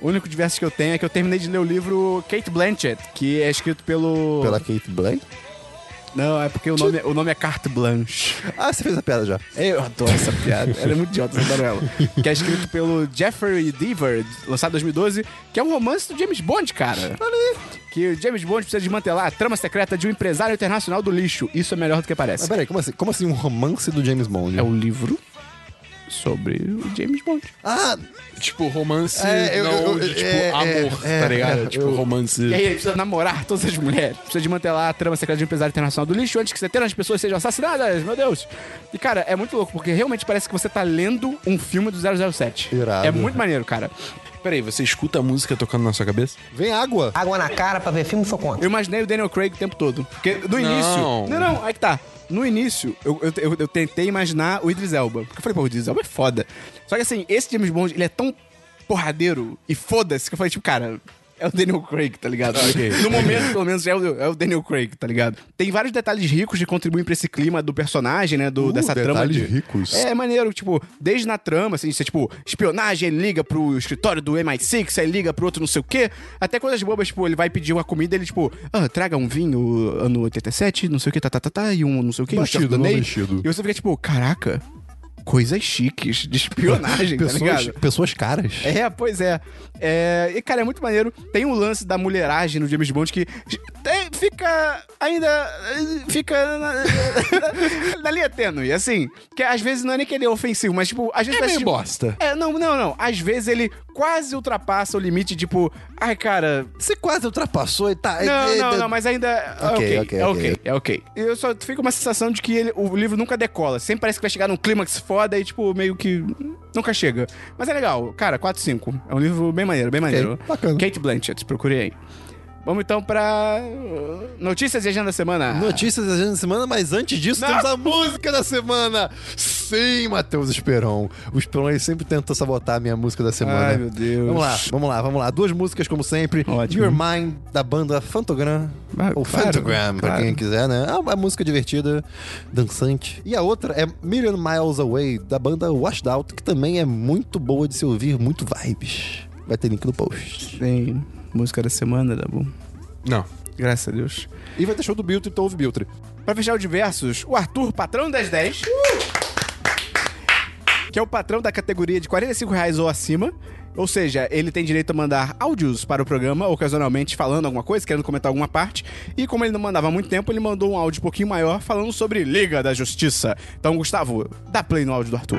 Speaker 1: O único diverso que eu tenho é que eu terminei de ler o livro Kate Blanchett, que é escrito pelo.
Speaker 2: Pela Kate Blank.
Speaker 1: Não, é porque o nome, o nome é Carte Blanche.
Speaker 2: Ah, você fez a piada já.
Speaker 1: Eu adoro essa piada. Ela é muito idiota, eu adoro ela. Que é escrito pelo Jeffrey Deaver, lançado em 2012, que é um romance do James Bond, cara. Que o James Bond precisa desmantelar a trama secreta de um empresário internacional do lixo. Isso é melhor do que
Speaker 2: Mas
Speaker 1: parece.
Speaker 2: peraí, como assim? Como assim um romance do James Bond?
Speaker 1: É o livro sobre o James Bond.
Speaker 2: Ah,
Speaker 3: Tipo, romance.
Speaker 2: É, eu-
Speaker 3: não,
Speaker 2: eu-
Speaker 3: de, tipo,
Speaker 2: é,
Speaker 3: amor,
Speaker 2: é,
Speaker 3: tá ligado?
Speaker 2: é,
Speaker 3: tipo,
Speaker 2: eu-
Speaker 3: romance.
Speaker 1: E aí ele precisa namorar todas as mulheres. Precisa desmantelar a trama secreta de um empresário internacional do lixo antes que 70 as pessoas sejam assassinadas, meu Deus. E, cara, é muito louco, porque realmente parece que você tá lendo um filme do 007.
Speaker 2: Irado.
Speaker 1: É muito maneiro, cara.
Speaker 3: Peraí, você escuta a música tocando na sua cabeça?
Speaker 2: vem água.
Speaker 6: Água na cara pra ver filme, sou contra.
Speaker 1: Eu imaginei o Daniel Craig o tempo todo. Porque no início. Não, não, aí que tá. No início, eu, eu, eu- eu tentei imaginar o Idris Elba. Porque eu falei, pô, o Idris Elba é foda. Só que assim, esse James Bond, ele é tão porradeiro e foda-se que eu falei, tipo, cara. É o Daniel Craig, tá ligado?
Speaker 2: Ah,
Speaker 1: No momento, pelo menos, é o, é o Daniel Craig, tá ligado? Tem vários detalhes ricos que contribuem pra esse clima do personagem, né? Do,
Speaker 2: Uh,
Speaker 1: dessa trama.
Speaker 2: detalhes
Speaker 1: de-
Speaker 2: ricos.
Speaker 1: É, é maneiro, tipo, desde na trama, assim, você, tipo, espionagem, ele liga pro escritório do MI6, aí liga pro outro não sei o quê, até coisas bobas, tipo, ele vai pedir uma comida, ele, tipo, ah, traga um vinho ano 87, não sei o quê, tá, tá, tá, tá, e um não sei o quê,
Speaker 2: Batido,
Speaker 1: um
Speaker 2: não
Speaker 1: Chardonnay.
Speaker 2: mexido.
Speaker 1: E você fica, tipo, caraca, coisas chiques de espionagem, tá
Speaker 2: <laughs> pessoas,
Speaker 1: ligado?
Speaker 2: pessoas caras.
Speaker 1: É, pois é. É, E, cara, é muito maneiro. Tem o lance da mulheragem no James Bond que tem- fica. ainda. eh, fica. na, <laughs> na- na linha tênue, assim. Que às vezes não é nem que ele é ofensivo, mas, tipo, às vezes.
Speaker 3: É
Speaker 1: tá
Speaker 3: meio
Speaker 1: assistindo-
Speaker 3: bosta.
Speaker 1: É, não, não, não. Às vezes ele quase ultrapassa o limite, tipo, ai, cara.
Speaker 2: Você quase ultrapassou e tá.
Speaker 1: Não, não, não, mas ainda. é
Speaker 2: Ok,
Speaker 1: Ok,
Speaker 2: ok,
Speaker 1: é
Speaker 2: ok.
Speaker 1: ok, é ok. Eu só fico com uma sensação de que ele- o livro nunca decola. Sempre parece que vai chegar num clímax foda e, tipo, meio que. Nunca chega. Mas é legal. Cara, 4, 5. É um livro bem maneiro, bem maneiro.
Speaker 2: bacana.
Speaker 1: Kate Blanchett, procurei aí. Vamos então pra. uh, Notícias e agenda da semana.
Speaker 2: Notícias da agenda da semana, mas antes disso, temos a música da semana! Sim, Matheus Esperon. O Esperon ele sempre tenta sabotar a minha música da semana.
Speaker 1: Ai, meu Deus.
Speaker 2: Vamos lá, vamos lá, vamos lá. Duas músicas, como sempre.
Speaker 1: Ótimo.
Speaker 2: Your Mind, da banda Fantogram.
Speaker 1: Ah, claro,
Speaker 2: ou Fantogram, pra
Speaker 1: claro.
Speaker 2: quem quiser, né? É uma música divertida, dançante. E a outra é Million Miles Away, da banda Washed Out, que também é muito boa de se ouvir, muito vibes. Vai ter link no post.
Speaker 1: Tem música da semana, tá bom?
Speaker 3: Não.
Speaker 1: Graças a Deus.
Speaker 2: E vai ter show do Biltre, então ouve Biltre.
Speaker 1: Pra fechar o diversos, o Arthur, patrão das 10. Que é o patrão da categoria de R$ 45 reais ou acima. Ou seja, ele tem direito a mandar áudios para o programa, ocasionalmente falando alguma coisa, querendo comentar alguma parte. E como ele não mandava há muito tempo, ele mandou um áudio um pouquinho maior falando sobre Liga da Justiça. Então, Gustavo, dá play no áudio do Arthur.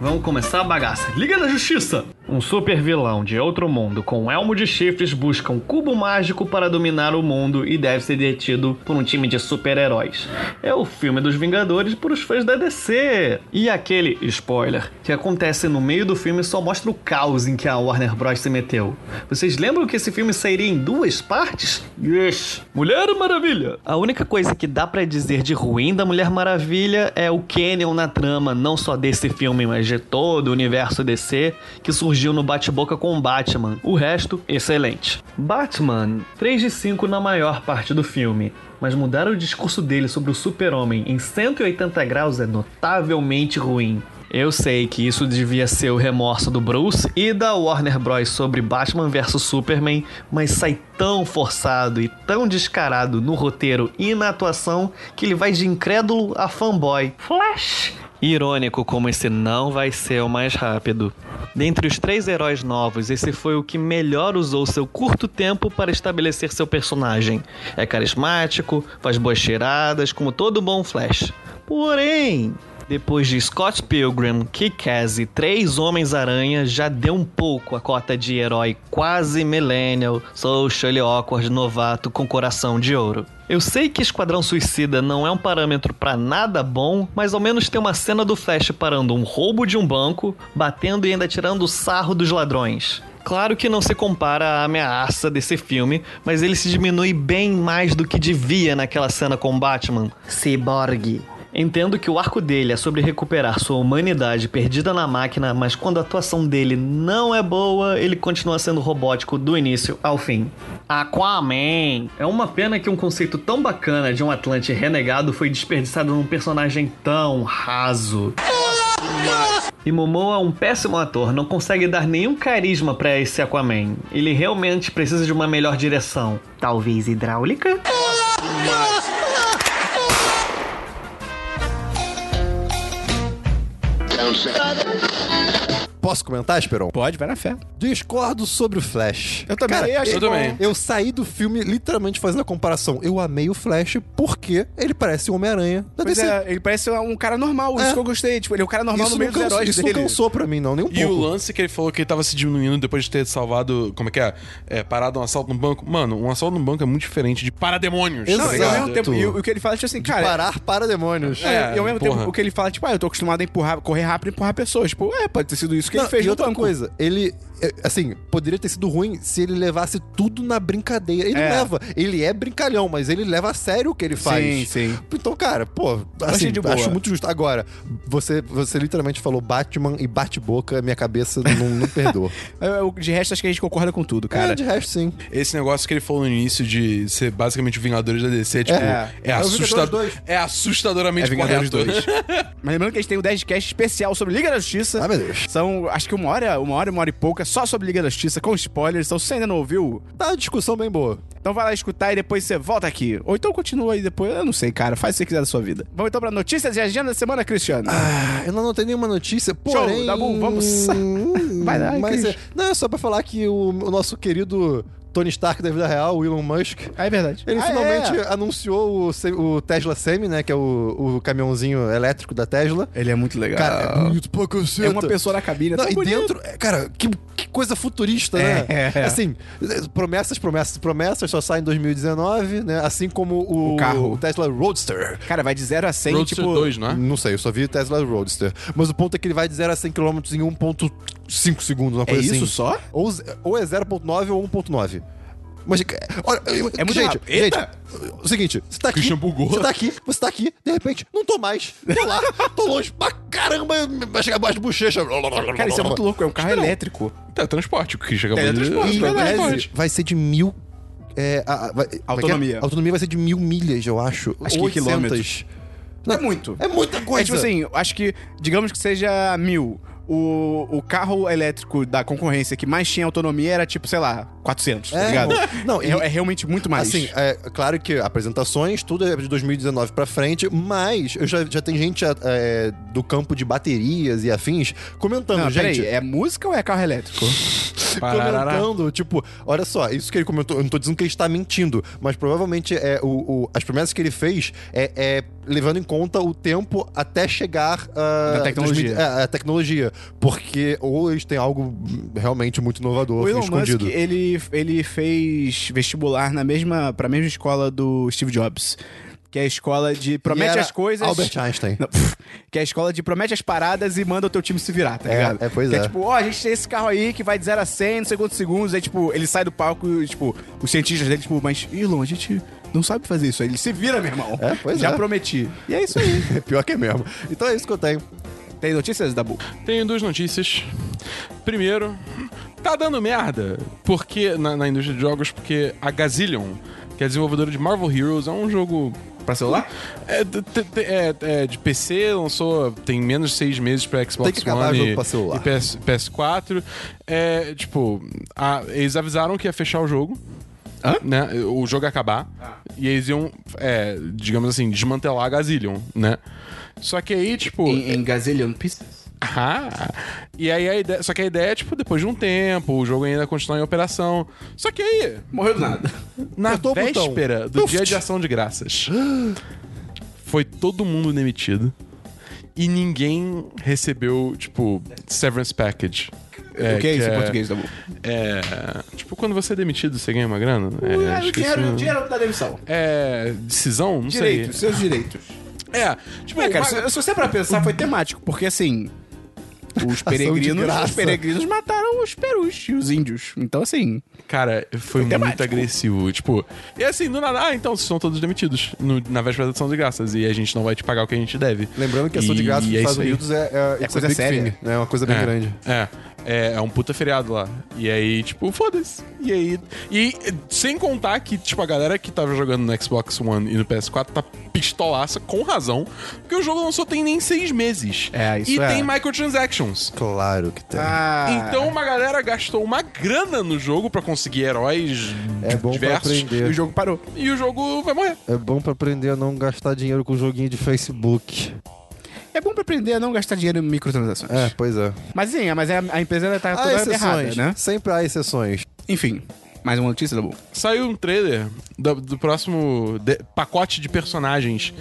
Speaker 6: Vamos começar a bagaça. Liga da Justiça! Um super vilão de outro mundo com um elmo de chifres busca um cubo mágico para dominar o mundo e deve ser detido por um time de super-heróis. É o filme dos Vingadores para os fãs da DC. E aquele spoiler que acontece no meio do filme só mostra o caos em que a Warner Bros se meteu. Vocês lembram que esse filme sairia em duas partes? Yes! Mulher Maravilha! A única coisa que dá pra dizer de ruim da Mulher Maravilha é o Kenyon na trama, não só desse filme, mas de todo o universo DC que surgiu no bate-boca com o Batman. O resto, excelente. Batman, 3 de 5 na maior parte do filme. Mas mudar o discurso dele sobre o super-homem em 180 graus é notavelmente ruim. Eu sei que isso devia ser o remorso do Bruce e da Warner Bros. sobre Batman vs Superman, mas sai tão forçado e tão descarado no roteiro e na atuação que ele vai de incrédulo a fanboy. Flash! Irônico como esse não vai ser o mais rápido. Dentre os três heróis novos, esse foi o que melhor usou seu curto tempo para estabelecer seu personagem. É carismático, faz boas tiradas, como todo bom Flash. Porém, depois de Scott Pilgrim, Kick-Ass e Três Homens-Aranha, já deu um pouco a cota de herói quase millennial, socially awkward, novato com coração de ouro. Eu sei que Esquadrão Suicida não é um parâmetro pra nada bom, mas ao menos tem uma cena do Flash parando um roubo de um banco, batendo e ainda tirando o sarro dos ladrões. Claro que não se compara à ameaça desse filme, mas ele se diminui bem mais do que devia naquela cena com Batman. Cyborg. Entendo que o arco dele é sobre recuperar sua humanidade perdida na máquina, mas quando a atuação dele não é boa, ele continua sendo robótico do início ao fim. Aquaman! É uma pena que um conceito tão bacana de um Atlante renegado foi desperdiçado num personagem tão raso. E Momoa é um péssimo ator, não consegue dar nenhum carisma pra esse Aquaman. Ele realmente precisa de uma melhor direção. Talvez hidráulica?
Speaker 2: Posso comentar, Esperon?
Speaker 1: Pode, vai na fé.
Speaker 2: Discordo sobre o Flash.
Speaker 1: Eu também,
Speaker 2: Cara,
Speaker 1: eu achei
Speaker 3: eu também.
Speaker 2: Eu saí do filme literalmente fazendo a comparação. Eu amei o Flash porque ele parece o Homem-Aranha da
Speaker 1: Pois
Speaker 2: DC.
Speaker 1: é, ele parece um cara normal,
Speaker 2: É.
Speaker 1: isso que eu gostei. Tipo, ele é um cara normal
Speaker 2: Isso,
Speaker 1: no meio
Speaker 2: não
Speaker 1: dos
Speaker 2: cansou,
Speaker 1: heróis
Speaker 2: isso não
Speaker 1: dele.
Speaker 2: cansou pra mim, não, nem um
Speaker 3: E o
Speaker 2: pouco.
Speaker 3: lance que ele falou que ele tava se diminuindo depois de ter salvado. Como é que é? É, parado um assalto no banco. Mano, um assalto no banco é muito diferente de tá parademônios.
Speaker 1: Não, e ao mesmo
Speaker 2: Exato.
Speaker 1: tempo, e o, e o que ele fala, tipo assim, cara.
Speaker 2: Parar para demônios.
Speaker 1: É,
Speaker 3: É,
Speaker 1: e ao mesmo
Speaker 3: porra.
Speaker 1: tempo, o que ele fala, tipo, ah, eu tô acostumado a empurrar, correr rápido e empurrar pessoas. Tipo, é, pode ter sido isso que
Speaker 2: Não,
Speaker 1: ele fez
Speaker 2: e
Speaker 1: no
Speaker 2: outra
Speaker 1: banco.
Speaker 2: coisa, ele, é, assim, poderia ter sido ruim se ele levasse tudo na brincadeira. Ele
Speaker 1: É.
Speaker 2: leva, ele é brincalhão, mas ele leva a sério o que ele faz.
Speaker 1: Sim, sim.
Speaker 2: Então, cara, pô,
Speaker 1: Achei
Speaker 2: assim,
Speaker 1: de boa.
Speaker 2: acho muito justo. Agora, você, você literalmente falou Batman e bate-boca, minha cabeça não, não <laughs> perdoa.
Speaker 1: Eu- É, eu- De resto, acho que a gente concorda com tudo, cara.
Speaker 2: é, de resto, sim.
Speaker 3: Esse negócio que ele falou no início de ser basicamente o Vingadores da DC, tipo,
Speaker 1: É.
Speaker 3: é,
Speaker 2: É o Vingadores
Speaker 3: assustador.
Speaker 2: dois.
Speaker 3: É assustadoramente
Speaker 1: É Vingadores
Speaker 3: correto. <laughs>
Speaker 1: Mas lembrando que a gente tem um 10 cast especial sobre Liga da Justiça.
Speaker 2: Ah, meu Deus.
Speaker 1: São, acho que uma hora, uma hora, uma hora e pouca, só sobre Liga da Justiça, com spoilers. Então, se você ainda não ouviu,
Speaker 2: Tá uma discussão bem boa.
Speaker 1: então vai lá escutar e depois você volta aqui. Ou então continua aí depois, eu não sei, cara. Faz o que você quiser da sua vida. Vamos então pra notícias e agenda da semana, Cristiano.
Speaker 2: Ah, Eu não anotei nenhuma notícia,
Speaker 1: Show,
Speaker 2: porém...
Speaker 1: Dabu,
Speaker 2: <laughs>
Speaker 1: vamos.
Speaker 2: Hum,
Speaker 1: Vai lá,
Speaker 2: mas
Speaker 1: Cris.
Speaker 2: é- Não, é só pra falar que o, o nosso querido Tony Stark da vida real, o Elon Musk...
Speaker 1: Ah, é verdade.
Speaker 2: Ele
Speaker 1: Ah,
Speaker 2: finalmente
Speaker 1: é.
Speaker 2: anunciou o, Se- o Tesla Semi, né? Que é o, o caminhãozinho elétrico da Tesla.
Speaker 1: Ele é muito legal.
Speaker 2: Cara, é muito pra caceta.
Speaker 1: é uma pessoa na cabine, é
Speaker 2: Não,
Speaker 1: tão
Speaker 2: e
Speaker 1: bonito.
Speaker 2: dentro, é, cara, que, que coisa futurista, né?
Speaker 1: É.
Speaker 2: Assim, promessas, promessas, promessas, só sai em 2019, né? Assim como o,
Speaker 1: O carro.
Speaker 2: Tesla Roadster.
Speaker 1: Cara, vai de 0 a 100,
Speaker 3: Roadster
Speaker 1: tipo...
Speaker 2: né?
Speaker 3: 2, não é?
Speaker 2: Não sei, eu só vi o Tesla Roadster. Mas o ponto é que ele vai de 0 a 100 km em 1.5 segundos, uma
Speaker 1: É
Speaker 2: coisa assim.
Speaker 1: isso só?
Speaker 2: Ou, z- ou é 0.9 ou 1.9. Mas, cara, olha,
Speaker 1: É muito
Speaker 2: gente,
Speaker 1: rápido.
Speaker 2: gente,
Speaker 1: Eita!
Speaker 2: o seguinte, você tá aqui,
Speaker 3: Christian bugou.
Speaker 2: você tá aqui, você tá aqui, de repente, não tô mais, tô lá, tô longe pra caramba, vai chegar mais bochecha.
Speaker 1: Cara, isso é muito louco. É um carro elétrico.
Speaker 3: Tá, transporte. O que chega
Speaker 1: Teletransporte,
Speaker 2: E, em
Speaker 1: Verdade.
Speaker 2: tese, vai ser de mil... é, a- a- vai- como é que é?
Speaker 1: Autonomia.
Speaker 2: Autonomia vai ser de mil milhas, eu acho.
Speaker 1: Acho que
Speaker 2: Ou 800.
Speaker 1: quilômetros.
Speaker 2: Não,
Speaker 1: É muito.
Speaker 2: É muita coisa.
Speaker 1: É tipo assim, eu acho que, digamos que seja mil. O, o carro elétrico da concorrência que mais tinha autonomia era tipo, sei lá, 400, tá
Speaker 2: É,
Speaker 1: ligado?
Speaker 2: não,
Speaker 1: é,
Speaker 2: e-
Speaker 1: é realmente muito mais.
Speaker 2: Assim, é claro que apresentações, tudo é de 2019 pra frente, mas eu já, já tem gente é, do campo de baterias e afins comentando,
Speaker 1: não, é,
Speaker 2: gente.
Speaker 1: peraí, é música ou é carro elétrico?
Speaker 3: Parará.
Speaker 2: comentando, tipo, olha só, isso que ele comentou, eu não tô dizendo que ele está mentindo, mas provavelmente é o, o- as promessas que ele fez é, é levando em conta o tempo até chegar ah,
Speaker 1: Da tecnologia.
Speaker 2: dos mid- é, a tecnologia, porque ou eles têm algo realmente muito inovador
Speaker 1: O Elon Musk,
Speaker 2: escondido.
Speaker 1: ele, ele fez vestibular na mesma, pra mesma escola do Steve Jobs. Que é a escola de
Speaker 2: E
Speaker 1: promete
Speaker 2: era
Speaker 1: as coisas.
Speaker 2: Albert Einstein.
Speaker 1: Não, pff, que é a escola de promete as paradas e manda o teu time se virar, tá
Speaker 2: É,
Speaker 1: ligado?
Speaker 2: é, pois
Speaker 1: que
Speaker 2: é.
Speaker 1: tipo, ó, a gente tem esse carro aí que vai de 0 a 100, não sei quantos segundos. Aí, tipo, ele sai do palco e, tipo, os cientistas dele, tipo, mas Elon, a gente não sabe fazer isso. Aí ele se vira, meu irmão.
Speaker 2: É, pois
Speaker 1: Já
Speaker 2: é.
Speaker 1: prometi. E é isso aí.
Speaker 2: Pior que <laughs> é mesmo. Então é isso que eu tenho.
Speaker 1: tem notícias da Bu?
Speaker 3: Tenho duas notícias. Primeiro, tá dando merda porque na, na indústria de jogos, porque a Gazillion, que é desenvolvedora de Marvel Heroes, é um jogo
Speaker 1: Pra celular?
Speaker 3: é, de- te- te- é- é de PC, lançou tem menos de seis meses pra Xbox
Speaker 2: Tem que acabar
Speaker 3: One
Speaker 2: jogo
Speaker 3: e,
Speaker 2: pra celular.
Speaker 3: e PS, PS4. É, tipo, a- eles avisaram que ia fechar o jogo. Né? O jogo ia acabar.
Speaker 1: Ah.
Speaker 3: E eles iam, é, digamos assim, desmantelar a Gazillion, né? Só que aí, tipo.
Speaker 1: em Gazillion Pieces.
Speaker 3: <laughs> Ah, e aí a ideia. Só que a ideia é, tipo, depois de um tempo, o jogo ainda continuar em operação. Só que aí,
Speaker 1: Morreu do nada.
Speaker 3: na
Speaker 2: Apertou o botão.
Speaker 3: véspera do
Speaker 2: Puft.
Speaker 3: dia de ação de graças, foi todo mundo demitido. E ninguém recebeu, tipo, severance package.
Speaker 1: o que é isso em português, Dabu?
Speaker 3: É. Tipo, quando você é demitido, você ganha uma grana? É,
Speaker 1: Ah, o
Speaker 3: esqueci o
Speaker 1: dinheiro, o
Speaker 3: nome.
Speaker 1: dinheiro da demissão.
Speaker 3: É. Decisão? Não
Speaker 1: Direitos, seus direitos.
Speaker 3: sei. É. Tipo,
Speaker 1: É, cara,
Speaker 3: uma-
Speaker 1: se, se você pra pensar, foi temático, porque assim.
Speaker 2: <laughs>
Speaker 1: Os peregrinos,
Speaker 2: graça.
Speaker 1: os peregrinos mataram os perus e os índios. Então, assim.
Speaker 3: Cara, foi muito
Speaker 1: temático.
Speaker 3: agressivo. Tipo, e assim, do nada, ah, então vocês são todos demitidos no- na véspera da ação de graças e a gente não vai te pagar o que a gente deve.
Speaker 2: Lembrando que a ação de
Speaker 3: E
Speaker 2: graça dos
Speaker 3: é
Speaker 2: Estados
Speaker 3: isso aí.
Speaker 2: Unidos é, é, it's a
Speaker 1: coisa
Speaker 2: big
Speaker 1: séria.
Speaker 2: thing, né? É uma coisa bem
Speaker 3: é,
Speaker 2: grande.
Speaker 3: É, é, é um puta feriado lá. E aí, tipo, foda-se. E aí, e eh, sem contar que, tipo, a galera que tava jogando no Xbox One e no PS4 tá pistolaça, com razão, porque o jogo lançou tem nem seis meses.
Speaker 1: É, isso
Speaker 3: E
Speaker 1: é.
Speaker 3: tem microtransactions.
Speaker 2: Claro que tem.
Speaker 3: Então uma galera gastou uma grana no jogo pra conseguir heróis
Speaker 2: É bom pra
Speaker 3: diversos.
Speaker 2: aprender.
Speaker 1: o jogo parou.
Speaker 3: E o jogo vai morrer.
Speaker 2: É bom pra aprender a não gastar dinheiro com joguinho de Facebook.
Speaker 1: É bom pra aprender a não gastar dinheiro em microtransações.
Speaker 2: É, pois é.
Speaker 1: Mas sim, mas a, a empresa ainda tá
Speaker 2: Há
Speaker 1: toda
Speaker 2: exceções,
Speaker 1: errada, né?
Speaker 2: Sempre há exceções.
Speaker 1: Enfim, mais uma notícia, Dabu.
Speaker 3: Saiu um trailer da- do, próximo de- pacote de personagens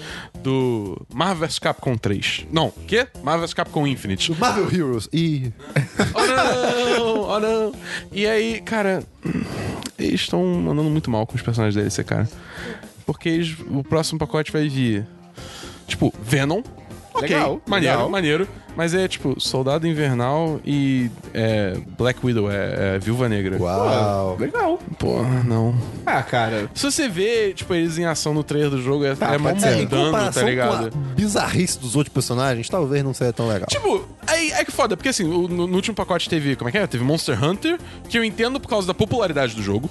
Speaker 3: do Marvel vs Capcom 3. Não, quê? Marvel vs Capcom Infinite.
Speaker 1: <laughs>
Speaker 2: Marvel Heroes. E
Speaker 3: Oh não! Oh não! E aí, cara, eles estão andando muito mal com os personagens da DLC, cara. Porque eles- o próximo pacote vai vir. Tipo, Venom. Ok,
Speaker 1: Legal,
Speaker 3: maneiro,
Speaker 1: legal.
Speaker 3: maneiro. Mas é tipo, Soldado Invernal e é, Black Widow, é, é Viúva Negra.
Speaker 2: Uau.
Speaker 1: Legal.
Speaker 3: Porra, não.
Speaker 1: Ah, cara.
Speaker 3: Se você vê, tipo, eles em ação no trailer do jogo, é, é mó
Speaker 1: pode ser.
Speaker 3: mundano, tá ligado?
Speaker 2: com a bizarrice dos outros personagens, talvez não seja tão legal.
Speaker 3: Tipo, aí é que foda, porque assim, o- no, no último pacote teve, como é que é? Teve Monster Hunter, que eu entendo por causa da popularidade do jogo,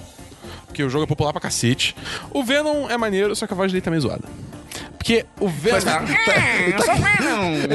Speaker 3: porque o jogo é popular pra cacete. O Venom é maneiro, só que a voz dele tá meio zoada. Porque o Venom
Speaker 2: É,
Speaker 1: <laughs>
Speaker 2: ele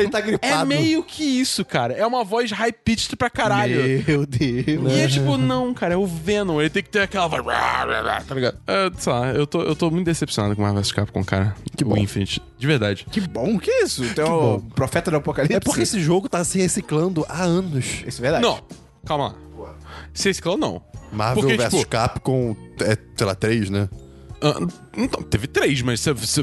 Speaker 1: Então,
Speaker 2: tá
Speaker 3: é
Speaker 2: gripado.
Speaker 3: meio que isso, cara. É uma voz high-pitched pra caralho.
Speaker 2: <laughs>
Speaker 1: Meu Deus.
Speaker 3: E é tipo, não, cara, é o Venom. Ele tem que ter aquela voz. Tá ligado? É, sei lá, eu tô, eu tô muito decepcionado com Marvel vs Capcom, cara. Que
Speaker 2: bom.
Speaker 3: O Infinite. De verdade.
Speaker 1: Que bom que isso. Então,
Speaker 2: bom.
Speaker 1: profeta do apocalipse.
Speaker 2: É porque esse jogo tá se reciclando há anos.
Speaker 1: Isso é verdade.
Speaker 3: Não, calma lá. Se escalou, não.
Speaker 2: Marvel
Speaker 3: Porque,
Speaker 2: vs
Speaker 3: tipo,
Speaker 2: Capcom, é, sei lá, 3, né?
Speaker 3: Ah, Então, teve três, mas você, você-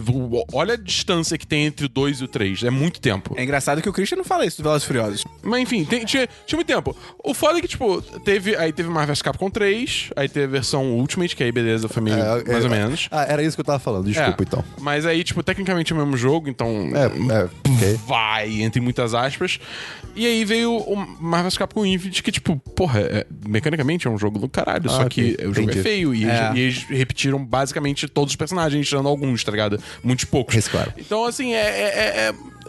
Speaker 3: olha a distância que tem entre o dois e o três. É muito tempo.
Speaker 1: É engraçado que o Christian não fala isso do Velozes e Furiosos.
Speaker 3: Mas enfim, tem- tinha, tinha muito tempo. O foda é que, tipo, teve. Aí teve Marvel vs Capcom 3, aí teve a versão Ultimate, que aí beleza, foi meio
Speaker 2: É,
Speaker 3: mais
Speaker 2: é,
Speaker 3: ou menos.
Speaker 2: Ah, era isso que eu tava falando, desculpa
Speaker 3: É,
Speaker 2: então.
Speaker 3: Mas aí, tipo, tecnicamente é o mesmo jogo, então.
Speaker 2: É, é, ok.
Speaker 3: Vai, entre muitas aspas. E aí veio o Marvel vs Capcom Infinite, que, tipo, porra, é- mecanicamente é um jogo do caralho. só que
Speaker 2: ok.
Speaker 3: o jogo
Speaker 2: Entendi.
Speaker 3: é feio. E,
Speaker 1: Ah, É.
Speaker 3: Eles, e eles repetiram basicamente todos os personagens, tirando alguns, tá ligado? Muitos poucos.
Speaker 2: Isso, claro.
Speaker 3: Então, assim, é, é,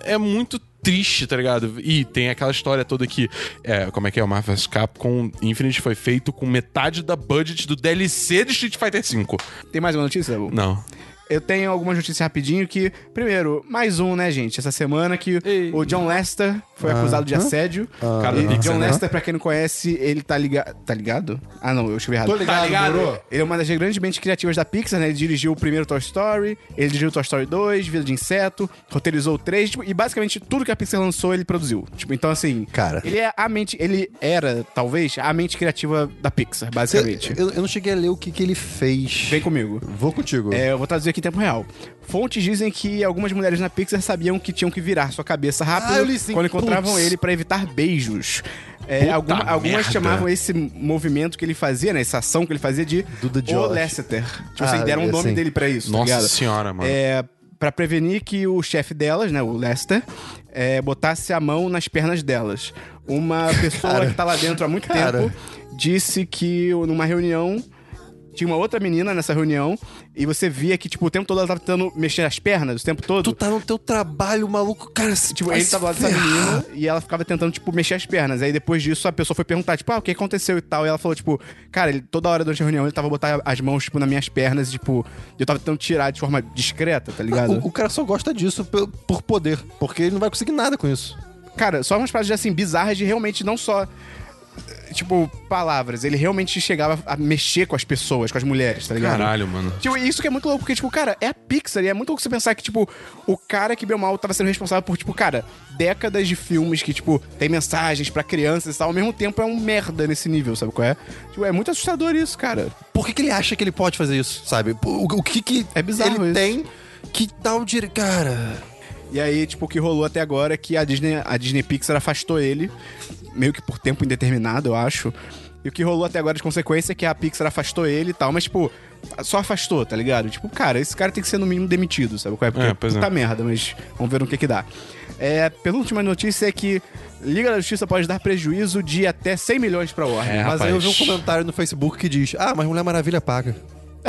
Speaker 3: é, é muito triste, tá ligado? E tem aquela história toda que, é, como é que é, o Marvel vs Capcom Infinite foi feito com metade da budget do DLC de Street Fighter V.
Speaker 1: Tem mais uma notícia, Dabu?
Speaker 3: Não.
Speaker 1: Eu tenho algumas notícias rapidinho que, primeiro, mais um, né, gente? Essa semana que
Speaker 3: Ei.
Speaker 1: o John Lester foi acusado de assédio.
Speaker 3: Cara,
Speaker 1: e
Speaker 3: do Pixar,
Speaker 1: John
Speaker 3: né?
Speaker 1: Lester, pra quem não conhece, ele tá ligado. Tá ligado? Ah, não, eu escrevi errado.
Speaker 2: Tô ligado,
Speaker 1: tá ligado?
Speaker 2: moro.
Speaker 1: Ele é uma das grandes mentes criativas da Pixar, né? Ele dirigiu o primeiro Toy Story, ele dirigiu Toy Story 2, Vida de Inseto, roteirizou três, tipo, e basicamente tudo que a Pixar lançou, ele produziu. Tipo, então assim.
Speaker 2: Cara.
Speaker 1: Ele é a mente. Ele era, talvez, a mente criativa da Pixar, basicamente.
Speaker 2: Eu, eu não cheguei a ler o que, que ele fez.
Speaker 1: Vem comigo.
Speaker 2: Vou contigo.
Speaker 1: É, eu vou traduzir aqui em tempo real. Fontes dizem que algumas mulheres na Pixar sabiam que tinham que virar sua cabeça rápido
Speaker 2: Ah, eu li sim.
Speaker 1: quando encontravam
Speaker 2: Putz.
Speaker 1: ele pra evitar beijos. É, alguma- algumas
Speaker 3: merda.
Speaker 1: chamavam esse movimento que ele fazia, né? Essa ação que ele fazia de
Speaker 2: Duda
Speaker 1: O
Speaker 2: Josh.
Speaker 1: Lasseter. Tipo
Speaker 2: Ah,
Speaker 1: assim, deram um
Speaker 2: eu
Speaker 1: nome
Speaker 2: sei.
Speaker 1: dele pra isso. tá
Speaker 3: Nossa
Speaker 1: ligado?
Speaker 3: senhora, mano.
Speaker 1: É, pra prevenir que o chefe delas, né? O Lester, é, botasse a mão nas pernas delas.
Speaker 2: <laughs>
Speaker 1: Uma pessoa que tá lá dentro há muito
Speaker 2: cara.
Speaker 1: tempo disse que numa reunião tinha uma outra menina nessa reunião e você via que, tipo, o tempo todo ela tava tentando mexer as pernas, o tempo todo.
Speaker 2: Tu tá no teu trabalho, maluco, cara. se- tá
Speaker 1: Tipo,
Speaker 2: vai
Speaker 1: ele
Speaker 2: se
Speaker 1: tava lá dessa
Speaker 2: ferrar.
Speaker 1: menina e ela ficava tentando, tipo, mexer as pernas. Aí depois disso a pessoa foi perguntar, tipo, ah, o que aconteceu e tal. E ela falou, tipo, cara, ele, toda hora durante a reunião ele tava botando as mãos, tipo, nas minhas pernas, tipo, e eu tava tentando tirar de forma discreta, tá ligado?
Speaker 2: O, o cara só gosta disso pe- por poder, porque ele não vai conseguir nada com isso.
Speaker 1: Cara, só umas frases assim bizarras de realmente não só. eh, Tipo, palavras. Ele realmente chegava a mexer com as pessoas, com as mulheres, tá ligado?
Speaker 3: Caralho, mano.
Speaker 1: Tipo, isso que é muito louco, porque, tipo, cara, é a Pixar, e é muito louco você pensar que, tipo, o cara que Bel Mal tava sendo responsável por, tipo, cara, décadas de filmes que, tipo, tem mensagens pra crianças e tal, ao mesmo tempo é um merda nesse nível, sabe qual é? Tipo, é muito assustador isso, cara.
Speaker 2: Por que, que ele acha que ele pode fazer isso, sabe? O, o que que
Speaker 1: É bizarro
Speaker 2: ele
Speaker 1: isso.
Speaker 2: tem que dá o direito... Cara...
Speaker 1: E aí, tipo, o que rolou até agora é que a Disney, a Disney Pixar afastou ele, meio que por tempo indeterminado, eu acho. E o que rolou até agora de consequência é que a Pixar afastou ele e tal, mas, tipo, só afastou, tá ligado? Tipo, cara, esse cara tem que ser no mínimo demitido, sabe? Qual é? Porque
Speaker 3: É, pois é.
Speaker 1: puta merda, mas vamos ver no que que dá. É, penúltima notícia é que Liga da Justiça pode dar prejuízo de até 100 milhões pra Warner.
Speaker 3: É,
Speaker 2: Mas aí eu vi um
Speaker 3: Rapaz.
Speaker 2: comentário no Facebook que diz, ah, mas Mulher Maravilha paga.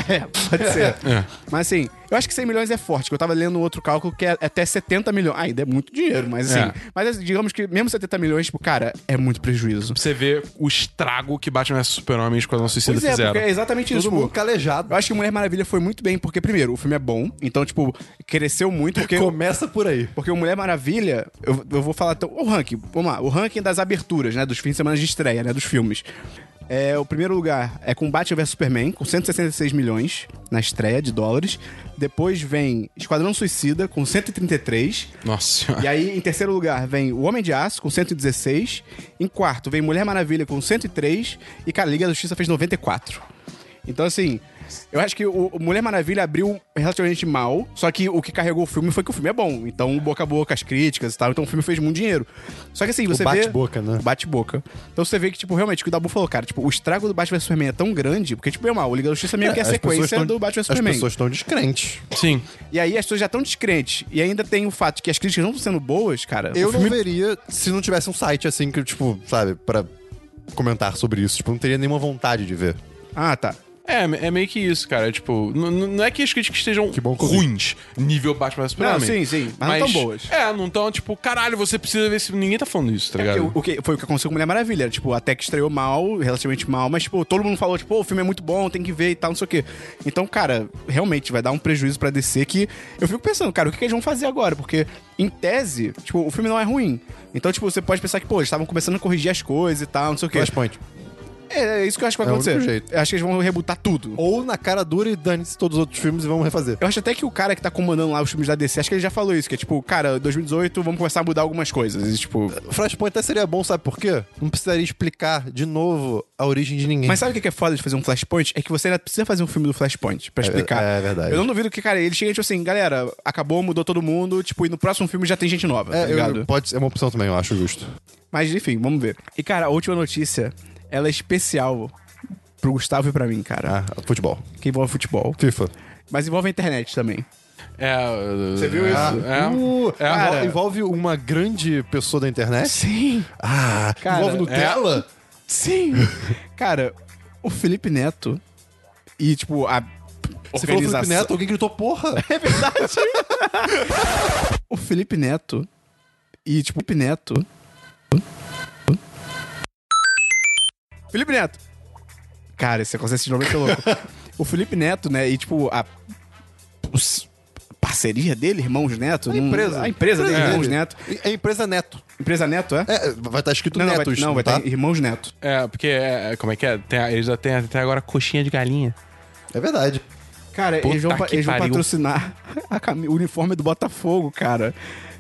Speaker 1: É, pode ser.
Speaker 3: É.
Speaker 1: Mas assim, eu acho que 100 milhões é forte, que eu tava lendo outro cálculo que é até 70 milhões. Ainda é muito dinheiro, mas assim.
Speaker 3: É.
Speaker 1: Mas assim, digamos que mesmo 70 milhões, tipo, cara, é muito prejuízo.
Speaker 3: Pra você ver o estrago que Batman vs Super-Homem com a nossa suicida
Speaker 1: Pois é,
Speaker 3: fizeram.
Speaker 1: porque é exatamente isso.
Speaker 2: Todo mundo
Speaker 1: Tipo,
Speaker 2: calejado.
Speaker 1: eu acho que Mulher Maravilha foi muito bem, porque, primeiro, o filme é bom, então, tipo, cresceu muito, porque.
Speaker 2: Começa por aí.
Speaker 1: Porque o Mulher Maravilha, eu, eu vou falar. Então, o ranking, vamos lá, o ranking das aberturas, né? Dos fins de semana de estreia, né? Dos filmes. É, o primeiro lugar é com Batman vs Superman, com 166 milhões na estreia de dólares. Depois vem Esquadrão Suicida, com 133.
Speaker 3: Nossa senhora. <laughs>
Speaker 1: E aí, em terceiro lugar, vem O Homem de Aço, com 116. Em quarto, vem Mulher Maravilha, com 103. E, cara, Liga da Justiça fez 94. Então, assim, eu acho que o o Mulher Maravilha abriu relativamente mal. Só que o que carregou o filme foi que o filme é bom. Então, boca a boca, as críticas e tal. Então, o filme fez muito dinheiro. Só que, assim, você vê...
Speaker 2: bate-boca, né?
Speaker 1: Bate-boca. Então, você vê que, tipo, realmente, o que o Dabu falou, cara, tipo, o estrago do Batman vs Superman é tão grande... Porque, tipo, é mal. O Liga da Justiça meio que é a
Speaker 2: As pessoas
Speaker 1: sequência
Speaker 2: tão-
Speaker 1: do Batman vs Superman.
Speaker 2: As pessoas estão descrentes.
Speaker 3: Sim.
Speaker 1: E aí, as pessoas já estão descrentes. E ainda tem o fato que as críticas não estão sendo boas, cara.
Speaker 2: Eu
Speaker 1: o filme
Speaker 2: não veria se não tivesse um site assim que, tipo, sabe, pra comentar sobre isso. Tipo, não teria nenhuma vontade de ver.
Speaker 1: Ah, tá.
Speaker 3: É, é meio que isso, cara. Tipo, n- n- não é que as críticas estejam
Speaker 2: bom que eu vi.
Speaker 3: ruins, nível Batman vs Superman.
Speaker 1: Não, sim, sim, mas não tão boas.
Speaker 3: É, não tão, tipo, caralho, você precisa ver se ninguém tá falando isso, tá
Speaker 1: Porque
Speaker 3: ligado?
Speaker 1: o- o que, foi o que aconteceu com Mulher Maravilha. Tipo, até que estreou mal, relativamente mal, mas, tipo, todo mundo falou, tipo, "Pô, o filme é muito bom, tem que ver e tal, não sei o quê. Então, cara, realmente vai dar um prejuízo pra descer que eu fico pensando, cara, o que, que eles vão fazer agora? Porque, em tese, tipo, o filme não é ruim. Então, tipo, você pode pensar que, pô, eles estavam começando a corrigir as coisas e tal, não sei o quê.
Speaker 2: Flashpoint.
Speaker 1: É, é isso que eu acho que vai
Speaker 2: É o
Speaker 1: acontecer.
Speaker 2: único jeito.
Speaker 1: Eu acho que eles vão rebutar tudo.
Speaker 2: Ou na cara dura e dane-se todos os outros filmes e vamos refazer.
Speaker 1: Eu acho até que o cara que tá comandando lá os filmes da DC, acho que ele já falou isso, que é tipo, cara, 2018, vamos começar a mudar algumas coisas. E, tipo,
Speaker 2: Flashpoint até seria bom, sabe por quê? Não precisaria explicar de novo a origem de ninguém.
Speaker 1: Mas sabe o que que é foda de fazer um Flashpoint? É que você ainda precisa fazer um filme do Flashpoint pra explicar.
Speaker 2: é verdade.
Speaker 1: Eu não duvido que, cara, ele chega tipo assim, galera, acabou, mudou todo mundo, tipo, e no próximo filme já tem gente nova, tá
Speaker 2: é, eu-
Speaker 1: ligado?
Speaker 2: pode ser é uma opção também, eu acho justo.
Speaker 1: Mas enfim, vamos ver. E, cara, a última notícia, ela é especial pro Gustavo e pra mim, cara,
Speaker 2: Ah, futebol.
Speaker 1: que envolve futebol.
Speaker 2: FIFA.
Speaker 1: Mas envolve a internet também.
Speaker 3: É, Você
Speaker 1: viu isso?
Speaker 3: É.
Speaker 2: Uh,
Speaker 3: é,
Speaker 2: envol- envolve uma grande pessoa da internet?
Speaker 1: Sim,
Speaker 2: Ah,
Speaker 1: Cara, é
Speaker 2: envolve Nutella? <laughs>
Speaker 1: sim. cara, o Felipe Neto e, tipo, a.
Speaker 2: Se for o Felipe
Speaker 1: organização-
Speaker 2: Neto, alguém
Speaker 1: <laughs>
Speaker 2: gritou porra.
Speaker 1: o Felipe Neto e, tipo, Felipe Neto. Felipe Neto! Cara, esse acontece de novo é <laughs> louco. o Felipe Neto, né? E, tipo, a. os- parceria dele, Irmãos Neto? A
Speaker 2: empresa.
Speaker 1: A empresa dele,
Speaker 2: É.
Speaker 1: Irmãos Neto.
Speaker 2: É a empresa Neto.
Speaker 1: Empresa Neto, é?
Speaker 2: É, vai estar escrito
Speaker 1: Não, não, vai,
Speaker 2: netos,
Speaker 1: não, vai
Speaker 2: tá?
Speaker 1: ter Irmãos Neto.
Speaker 3: É, porque, é, como é que é? Tem a- eles já têm até agora coxinha de galinha.
Speaker 2: É verdade.
Speaker 1: Cara, eles vão,
Speaker 3: Puta
Speaker 1: pa-
Speaker 3: que
Speaker 1: eles vão
Speaker 3: pariu.
Speaker 1: patrocinar <laughs> a cami- o uniforme do Botafogo, cara.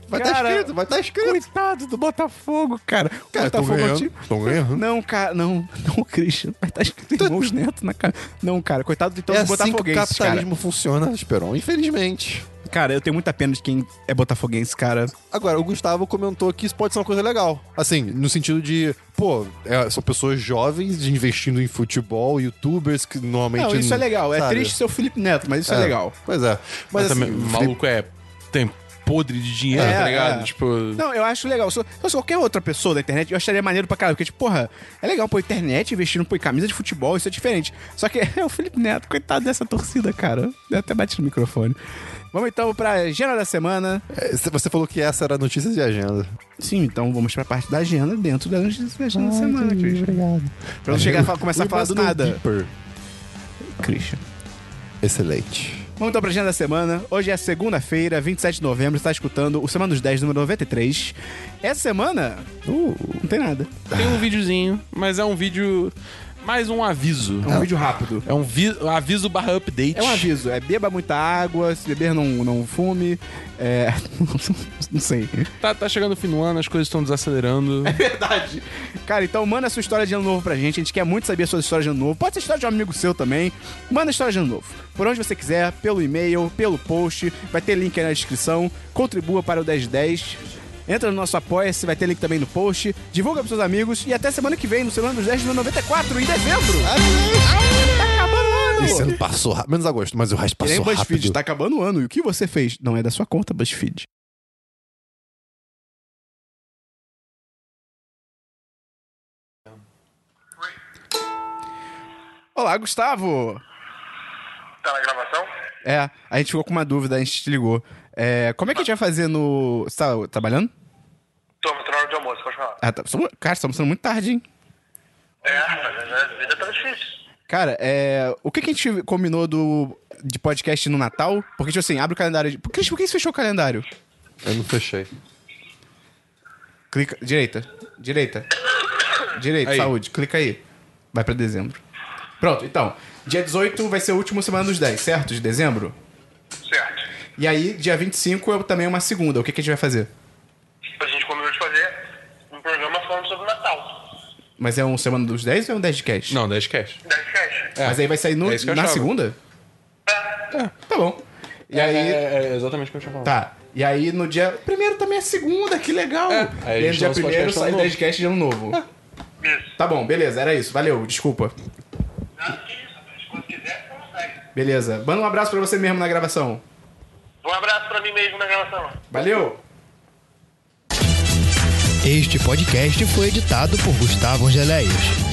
Speaker 2: Vai estar
Speaker 1: Cara, é
Speaker 2: escrito, vai estar escrito.
Speaker 1: Coitado do Botafogo, cara. O
Speaker 2: Cara, tão
Speaker 1: Botafogo é um
Speaker 2: ganhando,
Speaker 1: time-
Speaker 2: tão ganhando.
Speaker 1: Não, cara, não. Não, Christian. Vai estar escrito Irmãos Neto na cara. Não, cara. Coitado de todos
Speaker 2: é
Speaker 1: os
Speaker 2: assim que o
Speaker 1: botafoguenses, cara.
Speaker 2: capitalismo funciona, Esperon, infelizmente.
Speaker 1: Cara, eu tenho muita pena de quem é botafoguense, cara.
Speaker 2: Agora, o Gustavo comentou que isso pode ser uma coisa legal. Assim, no sentido de, pô, é, são pessoas jovens investindo em futebol, youtubers que normalmente.
Speaker 1: Não, isso é legal. É
Speaker 2: sabe?
Speaker 1: triste ser o Felipe Neto, mas isso é, legal.
Speaker 2: Pois é. Mas,
Speaker 3: Mas,
Speaker 2: assim,
Speaker 3: também, o maluco é. tem podre de dinheiro,
Speaker 1: É,
Speaker 3: tá ligado?
Speaker 1: é.
Speaker 3: Tipo.
Speaker 1: Não, eu acho legal. Se eu fosse qualquer outra pessoa da internet, eu acharia maneiro pra caralho. Porque, tipo, porra, é legal, pô, internet investindo, pô, em camisa de futebol, isso é diferente. Só que <laughs> é o Felipe Neto, coitado dessa torcida, cara. Eu até bate no microfone. Vamos então pra agenda da semana.
Speaker 2: é, você falou que essa era a notícia de agenda.
Speaker 1: Sim, então vamos pra parte da agenda dentro da agenda da semana, Christian.
Speaker 2: Obrigado.
Speaker 1: Pra não chegar a fa- começar a falar
Speaker 2: um
Speaker 1: do nada. Christian.
Speaker 2: Excelente.
Speaker 1: Vamos então pra agenda da semana. Hoje é segunda-feira, 27 de novembro. Você tá escutando o Semana dos 10, número 93. Essa semana. Uh, não tem nada.
Speaker 3: Tem um videozinho, mas é um vídeo. Mais um aviso.
Speaker 1: É um vídeo rápido.
Speaker 3: É um vi- aviso barra update.
Speaker 1: É um aviso, é beba muita água, se beber não, não fume. É. <laughs> não sei.
Speaker 3: Tá, tá chegando o fim do ano, as coisas estão desacelerando.
Speaker 1: Verdade. Cara, então manda a sua história de ano novo pra gente. A gente quer muito saber a sua história de ano novo. Pode ser a história de um amigo seu também. Manda a história de ano novo. Por onde você quiser, pelo e-mail, pelo post. Vai ter link aí na descrição. Contribua para o 1010. Entra no nosso Apoia-se, vai ter link também no post. Divulga pros seus amigos. E até semana que vem, no Semana dos 10 de 94, em dezembro. Tá acabando o ano.
Speaker 2: Esse ano passou rápido. Menos agosto, mas o resto
Speaker 1: Que
Speaker 2: passou
Speaker 1: nem
Speaker 2: rápido.
Speaker 1: BuzzFeed, tá acabando o ano. E o que você fez? Não é da sua conta, BuzzFeed. Olá, Gustavo!
Speaker 7: Tá na gravação?
Speaker 1: É, a gente ficou com uma dúvida, a gente te ligou. É, como é que a gente vai fazer no... Você tá trabalhando?
Speaker 7: Tô, mas tô na hora de almoço, pode falar.
Speaker 1: Ah, tá. Estamos- Cara, estamos sendo muito tarde, hein?
Speaker 7: É, mas a vida tá difícil.
Speaker 1: Cara, é, o que, que a gente combinou do, de podcast no Natal? Porque, tipo assim, abre o calendário... De... Por que, por que você fechou o calendário?
Speaker 2: Eu não fechei.
Speaker 1: Clica. Direita. Direita. Direita,
Speaker 3: Aí.
Speaker 1: saúde. Clica aí. Vai pra dezembro. Pronto, então. Dia 18 vai ser o último semana dos 10, certo? De dezembro?
Speaker 7: Certo.
Speaker 1: E aí, dia 25 é também uma segunda. O que, que a gente vai fazer?
Speaker 7: A gente combinou de fazer um programa falando sobre o Natal.
Speaker 1: Mas é um semana dos 10 ou é um 10 de cash?
Speaker 3: Não, 10 cash.
Speaker 7: Da Sketch.
Speaker 1: Mas aí vai sair no-
Speaker 3: É isso que eu
Speaker 1: na
Speaker 3: achava.
Speaker 1: segunda? Tá bom. E
Speaker 3: É,
Speaker 1: aí.
Speaker 3: é, é exatamente o que eu tinha falado.
Speaker 1: Tá. E aí no dia. Primeiro também é segunda, que legal.
Speaker 3: É. Aí
Speaker 1: E aí
Speaker 3: a
Speaker 1: no
Speaker 3: gente
Speaker 1: dia
Speaker 3: lança o
Speaker 1: primeiro
Speaker 3: podcast
Speaker 1: sai
Speaker 3: ano É.
Speaker 1: 10 de cash de ano novo.
Speaker 7: Isso.
Speaker 1: Tá bom, beleza, era isso. Valeu, desculpa.
Speaker 7: Ah, que isso, rapaz. Quando quiser, vamos sair.
Speaker 1: Beleza. Manda um abraço pra você mesmo na gravação.
Speaker 7: Um abraço pra mim mesmo na gravação.
Speaker 1: Valeu!
Speaker 8: Este podcast foi editado por Gustavo Angeléias.